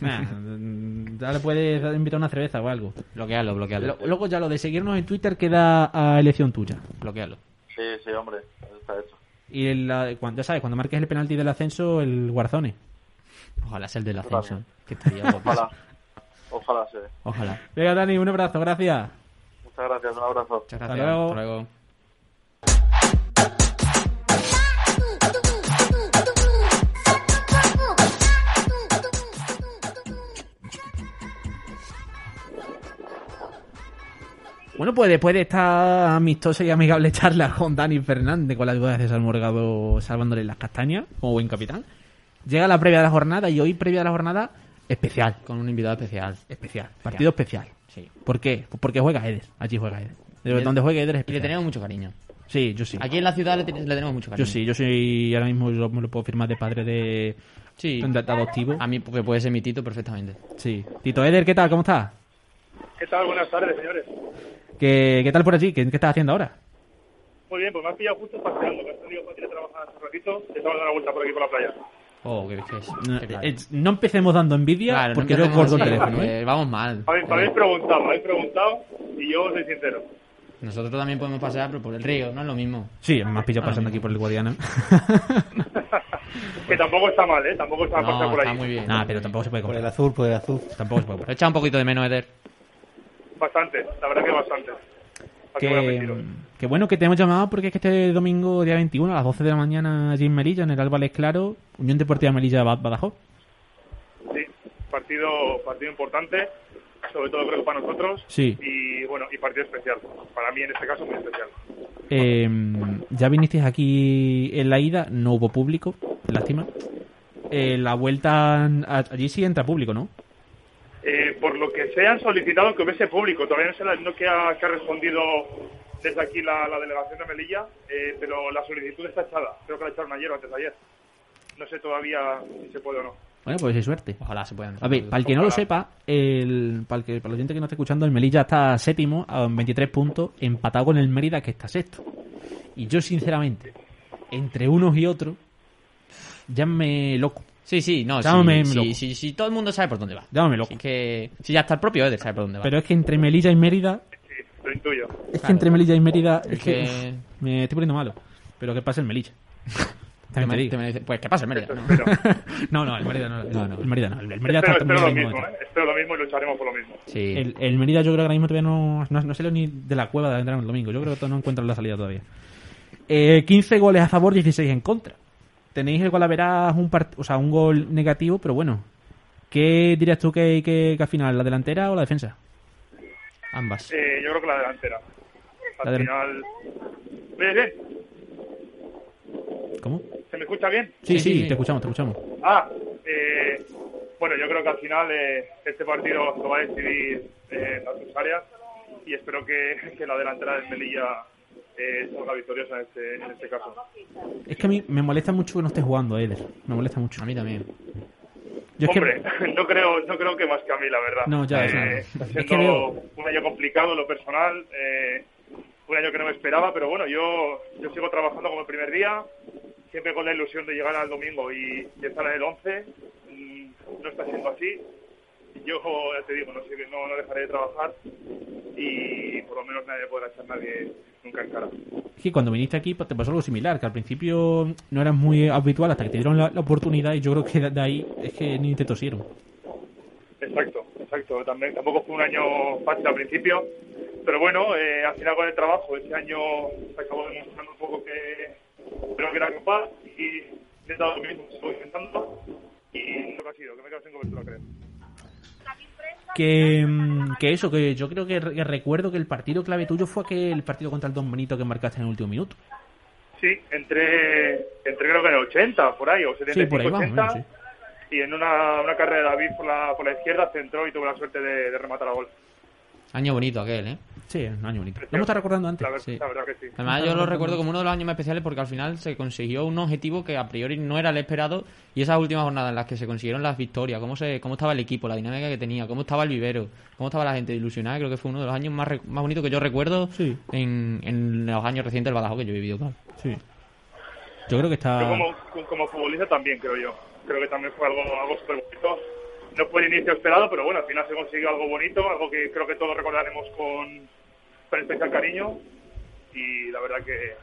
Nah, mm, ya le puedes invitar una cerveza o algo.
Bloquealo, bloquealo.
Lo- luego ya lo de seguirnos en Twitter queda a elección tuya.
bloquealo.
Sí, sí, hombre, eso está hecho.
Y la- cuando, ya sabes, cuando marques el penalti del ascenso, el Warzone.
Ojalá sea el del
Ojalá.
ascenso. Que estaría
Ojalá.
guapísimo.
Ojalá se dé.
Ojalá.
Venga, Dani, un abrazo, gracias.
Muchas gracias, un abrazo.
Muchas
Hasta
gracias.
luego.
Hasta luego.
Bueno, pues después de esta amistosa y amigable charla con Dani Fernández, con la ayuda de César Morgado salvándole las castañas, como buen capitán, llega la previa de la jornada y hoy previa de la jornada especial.
Con un invitado especial.
Especial. Partido especial.
Sí.
¿Por qué? Pues porque juega Eder. Allí juega Eder. De
Eder-
donde juega Eder es
Y le
especial.
tenemos mucho cariño.
Sí, yo sí.
Aquí en la ciudad le, ten- le tenemos mucho cariño.
Yo sí, yo soy ahora mismo yo me lo puedo firmar de padre de,
Sí. Ah.
de adoptivo.
A mí porque puede ser mi tito perfectamente.
Sí. Tito Eder, ¿qué tal? ¿Cómo estás?
¿Qué tal? Buenas tardes, señores.
¿Qué, qué tal por allí? ¿Qué, qué estás haciendo ahora?
Muy bien, pues me has pillado justo paseando, que has tenido para ir a trabajar hace un ratito, te estamos dando una vuelta por aquí por la playa.
Oh, qué qué es.
No,
qué tal.
eh, no empecemos dando envidia
Claro, no
porque yo
empecemos
corto el
así,
teléfono. ¿eh?
porque Vamos mal.
Habéis, habéis preguntado, habéis preguntado y yo os soy sincero.
Nosotros también podemos pasear, pero por el río, no es lo mismo.
Sí, me has pillado
Ah,
pasando aquí por el Guadiana.
Que tampoco está mal, ¿eh? Tampoco está mal pasar
No,
por
está
ahí.
muy bien.
Nah, pero tampoco se puede
Por el
comprar.
azul, por el azul.
Tampoco se puede
Lo
comprar.
echa un poquito de menos, Eder.
Bastante, la verdad que bastante. Así que voy a
Que,
mentiros.
que bueno que te hemos llamado porque es que este domingo, día 21, a las 12 de la mañana, allí en Melilla, en el Álvarez Claro, Unión Deportiva Melilla Bad- Badajoz.
Sí, partido, partido importante, sobre todo creo que para nosotros.
Sí.
Y bueno, y partido especial. Para mí en este caso muy especial.
Eh, ya vinisteis aquí en la ida, no hubo público, lástima. Eh, la vuelta, a- allí sí entra público, ¿no?
Eh, por lo que se han solicitado que hubiese público. Todavía no sé la- no que ha, que ha respondido desde aquí la, la delegación de Melilla, eh, pero la solicitud está echada. Creo que la echaron ayer o antes de ayer. No sé todavía si se puede o no.
Bueno, pues sí, suerte.
Ojalá se puedan.
A ver, para el que no lo sepa, el, para, el que, para la gente que no esté escuchando, el Melilla está séptimo, a 23 puntos, empatado con el Mérida, que está sexto. Y yo, sinceramente, entre unos y otros, llámame loco.
Sí, sí, no. Sí,
Llámame
sí,
loco.
sí, sí, todo el mundo sabe por dónde va.
Llámame loco.
Así que. Sí, ya hasta el propio Eder sabe por dónde va.
Pero es que entre Melilla y Mérida,
Sí, lo intuyo.
es que entre Melilla y Mérida, es
Es
que,
que-
uf, me estoy poniendo malo. Pero que pasa el Melilla.
Te
También
me-
te digo.
te me dice, pues que pasa, el Mérida. ¿no?
Espero,
No, no, el Mérida no. no, no, el Mérida no. El Mérida está
espero, espero lo
muy bien
mismo,
montado.
¿eh? Espero lo mismo y lucharemos por lo mismo.
Sí.
El, el Mérida yo creo que ahora mismo todavía no, no, no sale ni de la cueva de entrar el domingo. Yo creo que no encuentran la salida todavía. Eh, 15 goles a favor, 16 en contra. Tenéis el gol a verás, un, part- o sea, un gol negativo, pero bueno. ¿Qué dirías tú que, que, que al final, la delantera o la defensa?
Ambas.
Eh, yo creo que la delantera.
La
Al
del-
final. Bien, bien.
¿Cómo?
¿Se me escucha bien?
Sí, sí,
Sí, sí, sí.
te escuchamos, te escuchamos.
Ah, eh, bueno, yo creo que al final eh, este partido lo va a decidir eh, las dos áreas
y espero que, que la delantera de Melilla eh, salga victoriosa en este, en este caso.
Es que a mí me molesta mucho que no esté jugando, Eder. Me molesta mucho. A mí también. Yo es que-
Hombre, no creo, no creo que más que a mí, la verdad.
No, ya,
Eh,
claro.
está
Es
siendo
que veo-
un año complicado en lo personal, eh, un año que no me esperaba, pero bueno, yo, yo sigo trabajando como el primer día, siempre con la ilusión de llegar al domingo y, y estar en el 11. Mm, No está siendo así. Yo, ya te digo, no, sé, no, no dejaré de trabajar y por lo menos nadie podrá echar nadie nunca en cara.
Es que cuando viniste aquí pues, te pasó algo similar, que al principio no era muy habitual hasta que te dieron la, la oportunidad y yo creo que de- de ahí es que ni te tosieron.
Exacto, exacto. También, tampoco fue un año fácil al principio, pero bueno, eh, al final con el trabajo, este año se acabó demostrando un poco que creo que era capaz y he dado lo mismo, estoy intentando y lo que ha sido, que me he quedado sin cobertura, creo.
Que, mm, que eso, que yo creo que, re- que recuerdo que el partido clave tuyo fue que el partido contra el Don Benito que marcaste en el último minuto.
Sí, entré, entré creo que en el 80, por ahí, o 75,
Sí, por ahí más o
80,
menos, sí.
y en una, una carrera de David por la, por la izquierda centró y tuve la suerte de, de rematar a gol.
Año bonito aquel, ¿eh?
Sí, un año bonito. Lo hemos estado recordando antes.
La, ver- la verdad que sí.
Además, yo lo recuerdo como uno de los años más especiales porque al final se consiguió un objetivo que a priori no era el esperado y esas últimas jornadas en las que se consiguieron las victorias, cómo, se, cómo estaba el equipo, la dinámica que tenía, cómo estaba el vivero, cómo estaba la gente ilusionada, creo que fue uno de los años más, re- más bonitos que yo recuerdo en, en los años recientes del Badajoz que yo he vivido, claro.
Sí. Yo creo que está...
Yo como, como futbolista también, creo yo. Creo que también fue algo, algo súper bonito. No fue el inicio esperado, pero bueno, al final se consiguió algo bonito, algo que creo que todos recordaremos con, con especial cariño. Y la verdad que,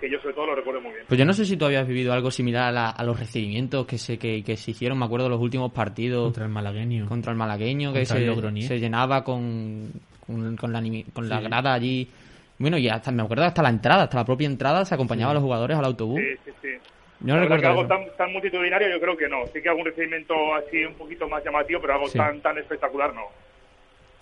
que yo sobre todo lo recuerdo muy bien.
Pues yo no sé si tú habías vivido algo similar a, la- a los recibimientos que se que, que se hicieron, me acuerdo, los últimos partidos. Contra
el malagueño.
Contra el malagueño, que
Contra
se,
el Logroñés.
se llenaba con, con, con la, animi- con la
Sí.
grada allí. Bueno, y hasta, me acuerdo hasta la entrada, hasta la propia entrada, se acompañaba a los jugadores al autobús.
Sí, sí, sí.
Yo no
La verdad
recuerdo
que algo
eso.
tan, tan multitudinario yo creo que no. Sí que algún recibimiento así un poquito más llamativo, pero algo
Sí.
tan, tan espectacular no.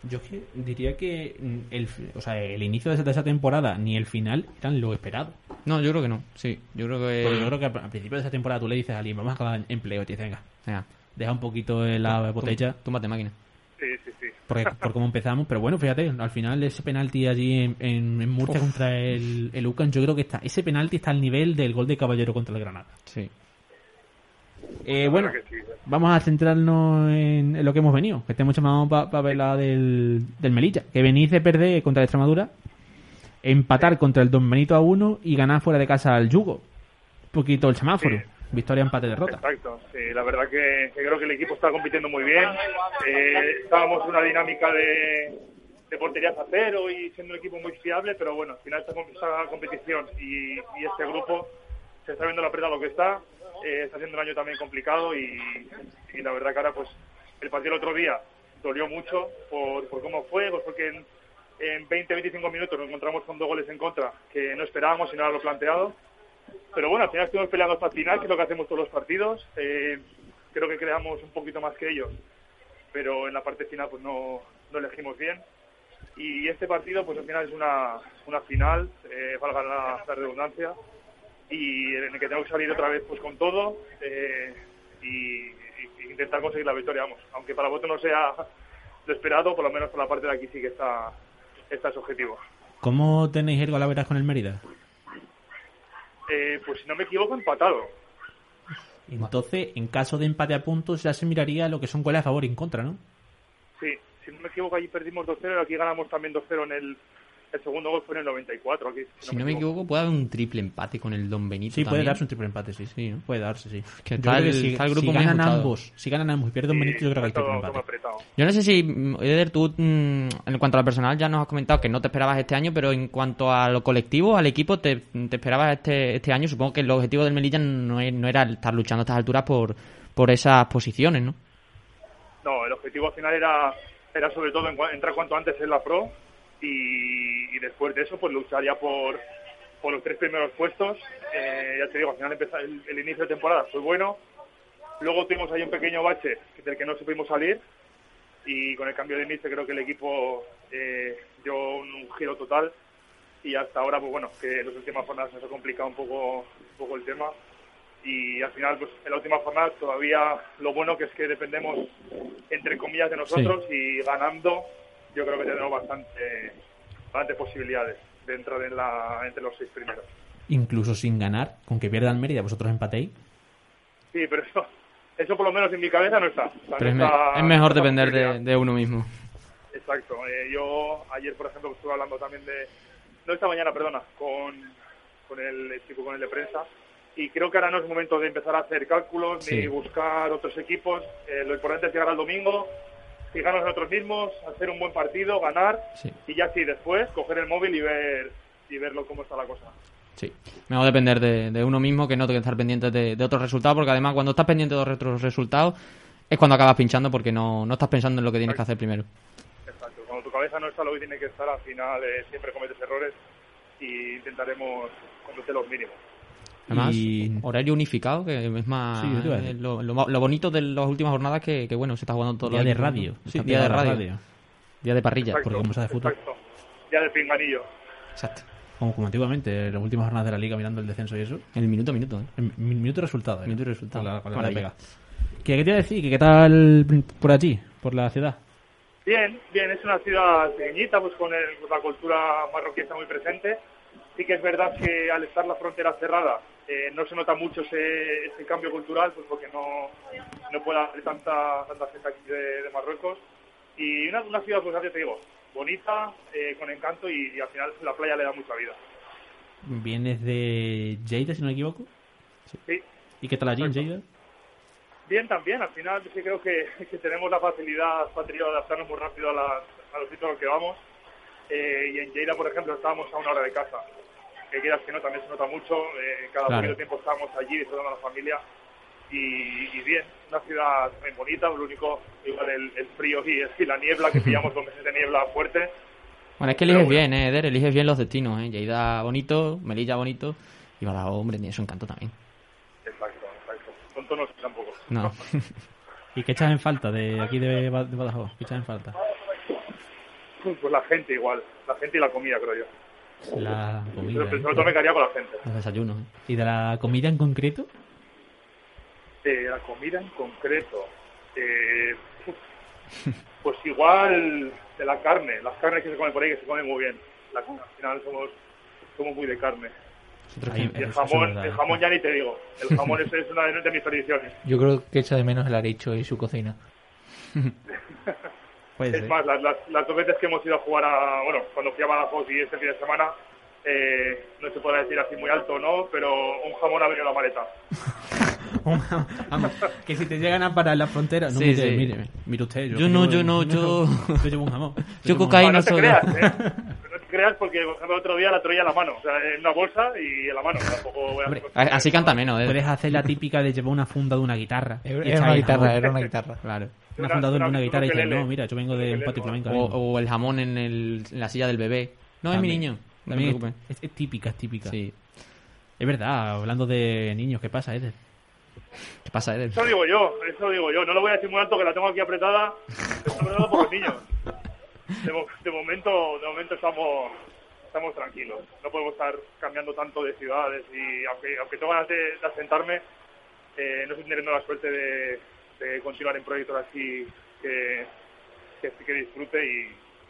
Yo es que diría que mm, el, o sea, el inicio de esa, de esa temporada ni el final eran lo esperado.
No, yo creo que no. Sí, yo creo que.
Porque Pues yo creo que al al principio de esa temporada tú le dices a alguien, vamos a acabar en empleo, y te dice, venga,
venga,
deja un poquito eh, la botella.
Tómate máquina.
Sí, sí, sí.
Porque, por cómo empezamos, pero bueno, fíjate, al final ese penalti allí en, en- en Murcia
Uf.
contra el, el UCAN, yo creo que está, ese penalti está al nivel del gol de Caballero contra el Granada.
Sí.
Eh, bueno, vamos a centrarnos en, en lo que hemos venido, que te hemos llamado para ver la del, del Melilla, que venís de perder contra el Extremadura, empatar contra el Don Benito a uno y ganar fuera de casa al Yugo. Un poquito el semáforo, victoria, empate, derrota.
Exacto, sí, la verdad que, que creo que el equipo está compitiendo muy bien. Eh, estábamos en una dinámica de, de porterías a cero y siendo un equipo muy fiable, pero bueno, al final esta, com- esta competición y, y este grupo se está viendo la preta lo que está. Eh, está haciendo un año también complicado y, y la verdad que ahora pues el partido el otro día dolió mucho por, por cómo fue, pues porque en, en 20-25 minutos nos encontramos con dos goles en contra que no esperábamos y no era lo planteado. Pero bueno, al final estuvimos peleando hasta el final, que es lo que hacemos todos los partidos. Eh, creo que creamos un poquito más que ellos, pero en la parte final pues no, no elegimos bien. Y este partido pues al final es una, una final, eh, valga la, la redundancia, y en el que tenemos que salir otra vez pues con todo eh, y, y intentar conseguir la victoria, vamos. Aunque para vosotros no sea lo esperado, por lo menos por la parte de aquí sí que está, está este su objetivo.
¿Cómo tenéis el golaveras con el Mérida?
Eh, pues si no me equivoco, empatado.
Entonces, en caso de empate a puntos, ya se miraría lo que son goles a favor y en contra, ¿no?
Sí, si no me equivoco, allí perdimos 2-0 y aquí ganamos también 2-0 en el, el segundo gol fue en el 94. Aquí,
Si no me equivoco, puede haber un triple empate con el Don Benito.
Sí, puede
también.
darse un triple empate, sí. sí Puede darse, sí.
que
Yo
está
creo que
el-
si,
está el
si
grupo muy
ganan
ajustado.
ambos, si ganan ambos y pierde un Benito, yo creo que hay triple empate.
Yo no sé si, mm, Eder, tú mm, en cuanto a lo personal ya nos has comentado que no te esperabas este año, pero en cuanto a lo colectivo, al equipo, te, te esperabas este, este año. Supongo que el objetivo del Melilla no, es- no era estar luchando a estas alturas por, por esas posiciones, ¿no?
No, el objetivo al final era, era sobre todo en cua- entrar cuanto antes en la Pro y, y después de eso pues luchar ya por, por los tres primeros puestos. Eh, ya te digo, al final empezar el, el inicio de temporada fue bueno. Luego tuvimos ahí un pequeño bache del que no supimos salir y con el cambio de inicio creo que el equipo eh, dio un, un giro total y hasta ahora, pues bueno, que en las últimas jornadas nos ha complicado un poco, un poco el tema y al final, pues en la última jornada todavía lo bueno que es que dependemos entre comillas de nosotros y ganando yo creo que tenemos bastante
bastantes posibilidades de entrar en la, entre los seis primeros.
Incluso sin ganar, con que pierda el Mérida, vosotros empatéis.
Sí, pero eso, eso por lo menos en mi cabeza no está. O sea,
Pero es,
no
me-
está-
es mejor
no está
depender
posibilidad.
de, de uno mismo.
Exacto. Eh, yo ayer, por ejemplo, estuve hablando también de... No esta mañana, perdona, con, con el chico, con el de prensa. Y creo que ahora no es momento de empezar a hacer cálculos
Sí.
ni buscar otros equipos. Eh, lo importante es llegar al domingo, fijarnos en nosotros mismos, hacer un buen partido, ganar.
Sí.
Y ya sí, después coger el móvil y ver y verlo cómo está la cosa.
Sí, mejor depender de, de uno mismo que no tener que estar pendiente de, de otros resultados, porque además cuando estás pendiente de otros resultados es cuando acabas pinchando porque no, no estás pensando en lo que tienes que hacer primero.
Exacto. Cuando tu cabeza no está lo que tiene que estar, al final eh, siempre cometes errores y intentaremos cometer los mínimos.
Además, horario unificado, que es más
Sí, yo te iba a decir.
es lo, lo ma- lo bonito de las últimas jornadas que, que, bueno, se está jugando todo
Día de radio.
Sí,
Está
día de
pegado a la
radio.
radio.
Día de parrilla.
Exacto, exacto. Ya del pinganillo.
Exacto.
Como, como antiguamente, en las últimas jornadas de la liga mirando el descenso y eso.
El minuto a minuto.
El minuto resultado. Minuto resultado. Con la, con la
Maravilla.
pega. ¿Qué, qué te iba a decir? ¿Qué, qué tal por allí? Por la ciudad.
Bien, bien, es una ciudad pequeñita, pues con el- la cultura marroquí está muy presente. Sí que es verdad que al estar la frontera cerrada eh, no se nota mucho ese, ese cambio cultural, pues porque no, no puede haber tanta, tanta gente aquí de, de Marruecos. Y una, una ciudad, pues ya te digo, bonita, eh, con encanto y, y al final la playa le da mucha vida.
Vienes de Lleida, si no me equivoco.
Sí.
¿Y qué tal allí en Lleida?
Bien también, al final yo sí creo que, que tenemos la facilidad patria de adaptarnos muy rápido a, las- a los sitios a los que vamos. Eh, y en Lleida, por ejemplo, estábamos a una hora de casa. Que quieras que no, también se nota mucho. eh, cada
Claro.
poquito tiempo estábamos allí disfrutando a la familia. Y, y bien, una ciudad muy bonita, lo único, igual el, el frío y, y la niebla, que pillamos dos meses de niebla fuerte.
Bueno, es que eliges bien, eh, Eder, eliges bien los destinos, eh. Lleida bonito, Melilla bonito y Badajoz, hombre, tiene su encanto también.
Exacto, exacto. Tonto no soy tampoco.
No.
¿Y qué echas en falta de aquí de, Ba- de Badajoz? ¿Qué echas en falta?
Pues la gente igual, la gente y la comida, creo yo.
La comida. ¿eh?
Pero sobre todo me quedaría con la gente.
Los desayunos. eh.
¿Y de la comida en concreto?
de la comida en concreto. Eh, pues igual de la carne, las carnes que se comen por ahí, que se comen muy bien. La, al final somos, somos muy de carne.
Ahí-
Y el
eso es
jamón,
verdad. ¿eh?
el jamón ya ni te digo. El jamón es, es una de de mis tradiciones.
Yo creo que echa de menos el arecho y su cocina.
es más, las, las- las dos veces que hemos ido a jugar a. Bueno, cuando fui a Badajoz y este fin de semana, eh, no se podrá decir así muy alto o no, pero un jamón ha venido a la maleta.
Vamos, que si te llegan a parar en la frontera, no
Sí,
mire,
sí.
mire, mire usted.
Yo no, yo no, yo-
Yo llevo un jamón.
Yo
llevo un
cocaína
jamón.
No te creas, ¿eh? No te creas porque, por ejemplo, el otro día la traía en la mano. O sea, en una bolsa y en la mano. Tampoco voy a hacer
A- Así canta menos, Eder.
Puedes hacer la típica de llevar una funda de una guitarra. y
Era
echar
una
el
guitarra,
jamón.
era una guitarra.
Claro. Una
Una-
funda de
una-
una guitarra y
un
dices,
ukelele.
no, mira, yo vengo de un patio flamenco.
O, o el jamón en, el- en la silla del bebé. No es mi
También.
niño. No te
También
preocupes.
es, es típica, es típica.
Sí.
Es verdad, hablando de niños, ¿qué pasa, Eder?
¿Qué pasa, Eder?
Eso digo yo, eso digo yo. No lo voy a decir muy alto que la tengo aquí apretada. Está apretada por los niños. De, mo- de momento, de momento estamos, estamos tranquilos. No podemos estar cambiando tanto de ciudades y aunque, aunque tengo ganas de, de asentarme, eh, no estoy teniendo la suerte de, de continuar en proyectos así que, que, que disfrute y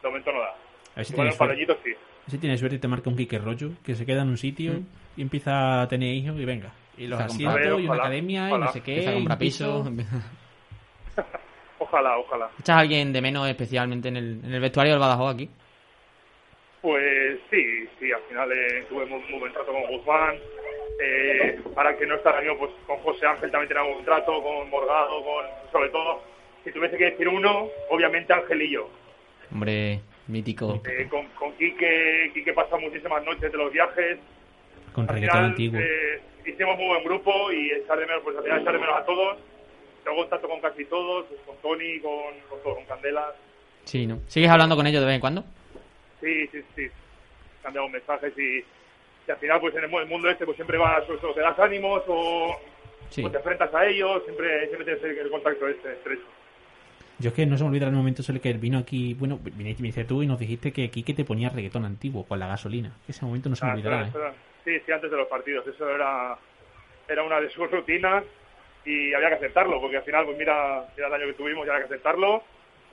de momento no da.
A ver si
Igual
tienes
en Parellitos sí.
Si tienes suerte y te marca un Quique Rollo, que se queda en un sitio
Mm.
y empieza a tener hijos y venga. Y los
Empieza a
asientos
comprar.
y una
Ojalá,
academia y no
ojalá.
sé qué.
Empieza a
y un
comprar piso.
Ojalá, ojalá.
¿Echas a alguien de menos especialmente en el, en el vestuario del Badajoz aquí?
Pues sí, sí, al final eh, tuve muy, muy buen trato con Guzmán. Eh, ahora que no está Daniel, pues con José Ángel también tenía un trato, con Morgado, con sobre todo, si tuviese que decir uno, obviamente Angelillo.
Hombre, mítico.
Eh, con, con Quique, Quique pasa muchísimas noches de los viajes.
Con
Al
reggaetón
final,
antiguo.
eh, hicimos muy buen grupo y echar de menos, pues al final echar de menos a todos. Tengo contacto con casi todos, pues, con Tony, con, con, todo, con Candela.
Sí, ¿no? ¿Sigues hablando con ellos de vez en cuando?
Sí, sí, sí. Cambiamos mensajes y, y al final, pues en el mu- el mundo este, pues siempre vas, o, o te das ánimos o,
Sí.
o te enfrentas a ellos, siempre, siempre tienes el, el contacto este estrecho.
Yo es que no se me olvidará el momento en el que él vino aquí, bueno, viniste, viniste tú y nos dijiste que Quique te ponía reggaetón antiguo con la gasolina. Ese momento no se me
Ah,
olvidará,
espera,
¿eh?
espera. Sí, sí, antes de los partidos, eso era, era una de sus rutinas y había que aceptarlo, porque al final, pues mira, mira el año que tuvimos, y había que aceptarlo,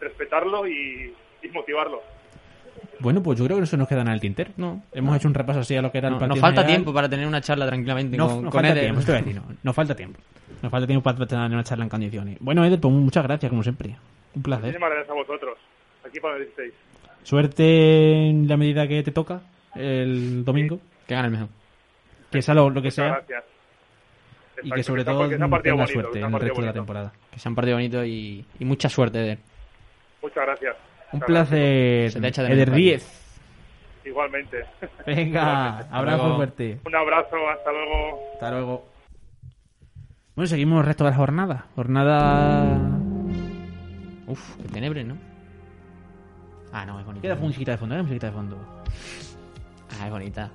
respetarlo y, y motivarlo.
Bueno, pues yo creo que eso nos queda en el tintero. No. Hemos hecho un repaso así a lo que era el
No,
partido.
nos falta
general.
tiempo para tener una charla tranquilamente
No,
con,
nos
con
falta
Eder.
tiempo, esto iba a decir, no, nos falta tiempo. Nos falta tiempo para tener una charla en condiciones. Bueno, Eder, pues muchas gracias, como siempre. Un placer.
Muchísimas gracias a vosotros. Aquí para el 16.
Suerte en la medida que te toca el domingo.
Que gane el mejor.
Que sea lo, lo que sea.
Gracias.
Y que sobre todo
porque se han partido
tenga
bonito,
suerte
que se
en
han
el
partido
resto de la
bonito.
temporada.
Que sea un partido bonito y, y mucha suerte, Eder.
Muchas gracias.
Un
Muchas
placer,
Se te echa de
Eder
menos,
10.
gracias. Igualmente.
Venga, abrazo
luego.
fuerte.
Un abrazo, hasta luego.
Hasta luego. Bueno, seguimos el resto de la jornada. Jornada.
Mm. Uf, qué tenebre, ¿no? Ah, no, es bonita.
Queda musiquita de fondo, ¿eh? musiquita de fondo.
Ah, es bonita.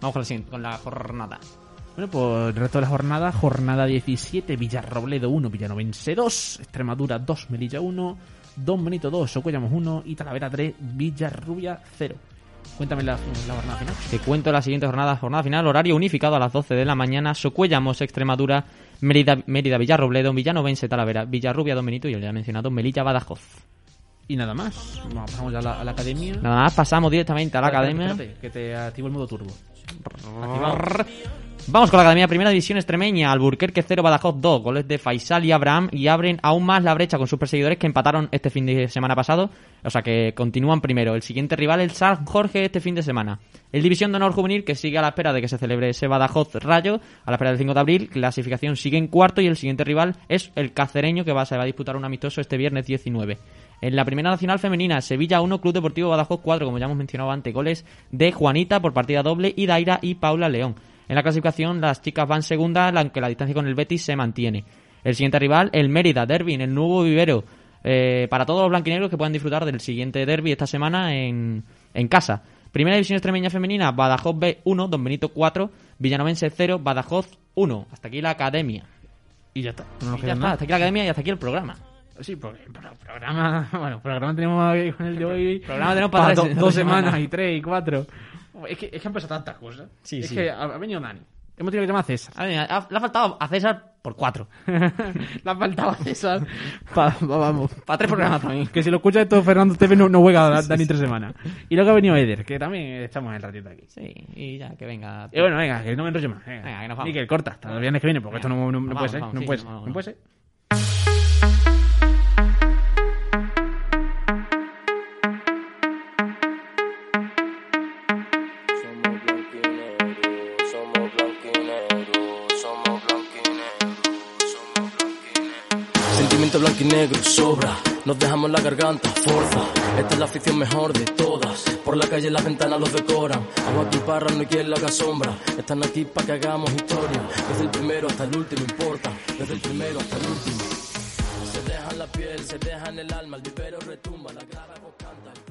Vamos con la siguiente, con la jornada.
Bueno, pues el resto de la jornada, jornada 17, Villarrobledo 1, Villanovense 2, Extremadura 2, Melilla 1, Don Benito 2, Socuellamos 1 y Talavera 3, Villarrubia 0. Cuéntame la, la jornada final.
Te cuento la siguiente jornada, jornada final, horario unificado a las 12 de la mañana, Socuellamos, Extremadura, Mérida, Mérida Villarrobledo, Villanovense, Talavera, Villarrubia, Don Benito y el ya mencionado Melilla, Badajoz.
Y nada más. Vamos, pasamos ya a la, a la academia.
Nada más, pasamos directamente a la
Espérate,
academia.
espérate, que te activo el modo turbo.
Vamos con la academia, primera división extremeña, Alburquerque 0, Badajoz 2, goles de Faisal y Abraham y abren aún más la brecha con sus perseguidores que empataron este fin de semana pasado, o sea que continúan primero. El siguiente rival, el San Jorge, este fin de semana. El División de Honor Juvenil que sigue a la espera de que se celebre ese Badajoz Rayo, a la espera del 5 de abril, clasificación sigue en cuarto y el siguiente rival es el Cacereño que va, se va a disputar un amistoso este viernes 19. En la primera nacional femenina, Sevilla 1, Club Deportivo Badajoz 4, como ya hemos mencionado antes, goles de Juanita por partida doble y Daira y Paula León. En la clasificación, las chicas van segunda, aunque la distancia con el Betis se mantiene. El siguiente rival, el Mérida, Derby, en el nuevo vivero. eh, para todos los blanquinegros que puedan disfrutar del siguiente derby esta semana en, en casa. Primera división extremeña femenina, Badajoz B1, Don Benito 4, Villanovense 0, Badajoz 1. Hasta aquí la academia.
Y ya está. No nos
Y
queda
ya está,
nada.
hasta aquí la academia y hasta aquí el programa.
Sí, pro- pro- programa. Bueno, programa tenemos ahí con el de hoy.
Programa tenemos para
do-
tres-
dos
dos
semanas
semanas.
y tres y cuatro. Es que, es que han pasado tantas cosas.
Sí,
es
sí.
que ha ha venido Dani. Hemos tenido que llamar a César.
A ver, ha- le ha faltado a César por 4.
Le ha faltado a César. Pa- pa- vamos.
Para tres programas también.
Que si lo escucha esto Fernando TV no, no juega a Dani tres semanas. Y luego ha venido Eder, que también estamos el ratito aquí.
Sí, y ya, que venga.
Y bueno, venga, que no me enrollo más. Venga,
Venga, que nos vamos.
Miquel, corta hasta el viernes que viene, porque esto no, no- no
Nos
puede
vamos,
ser.
nos
no
vamos,
puede
sí,
ser.
nos vamos,
No
nos
puede ser.
Somos blanco y negro, somos blanco y negro, somos blanco y negro, somos blanco y negro. Sentimiento blanco y negro sobra, nos dejamos la garganta, forza. Esta es la afición mejor de todas. Por la calle las ventanas los decoran. Agua tu parra, no hay quien le haga sombra. Están aquí para que hagamos historia. Desde el primero hasta el último importa. Desde el primero hasta el último. Se dejan la piel, se dejan el alma, el vivero retumba, la cara vos canta.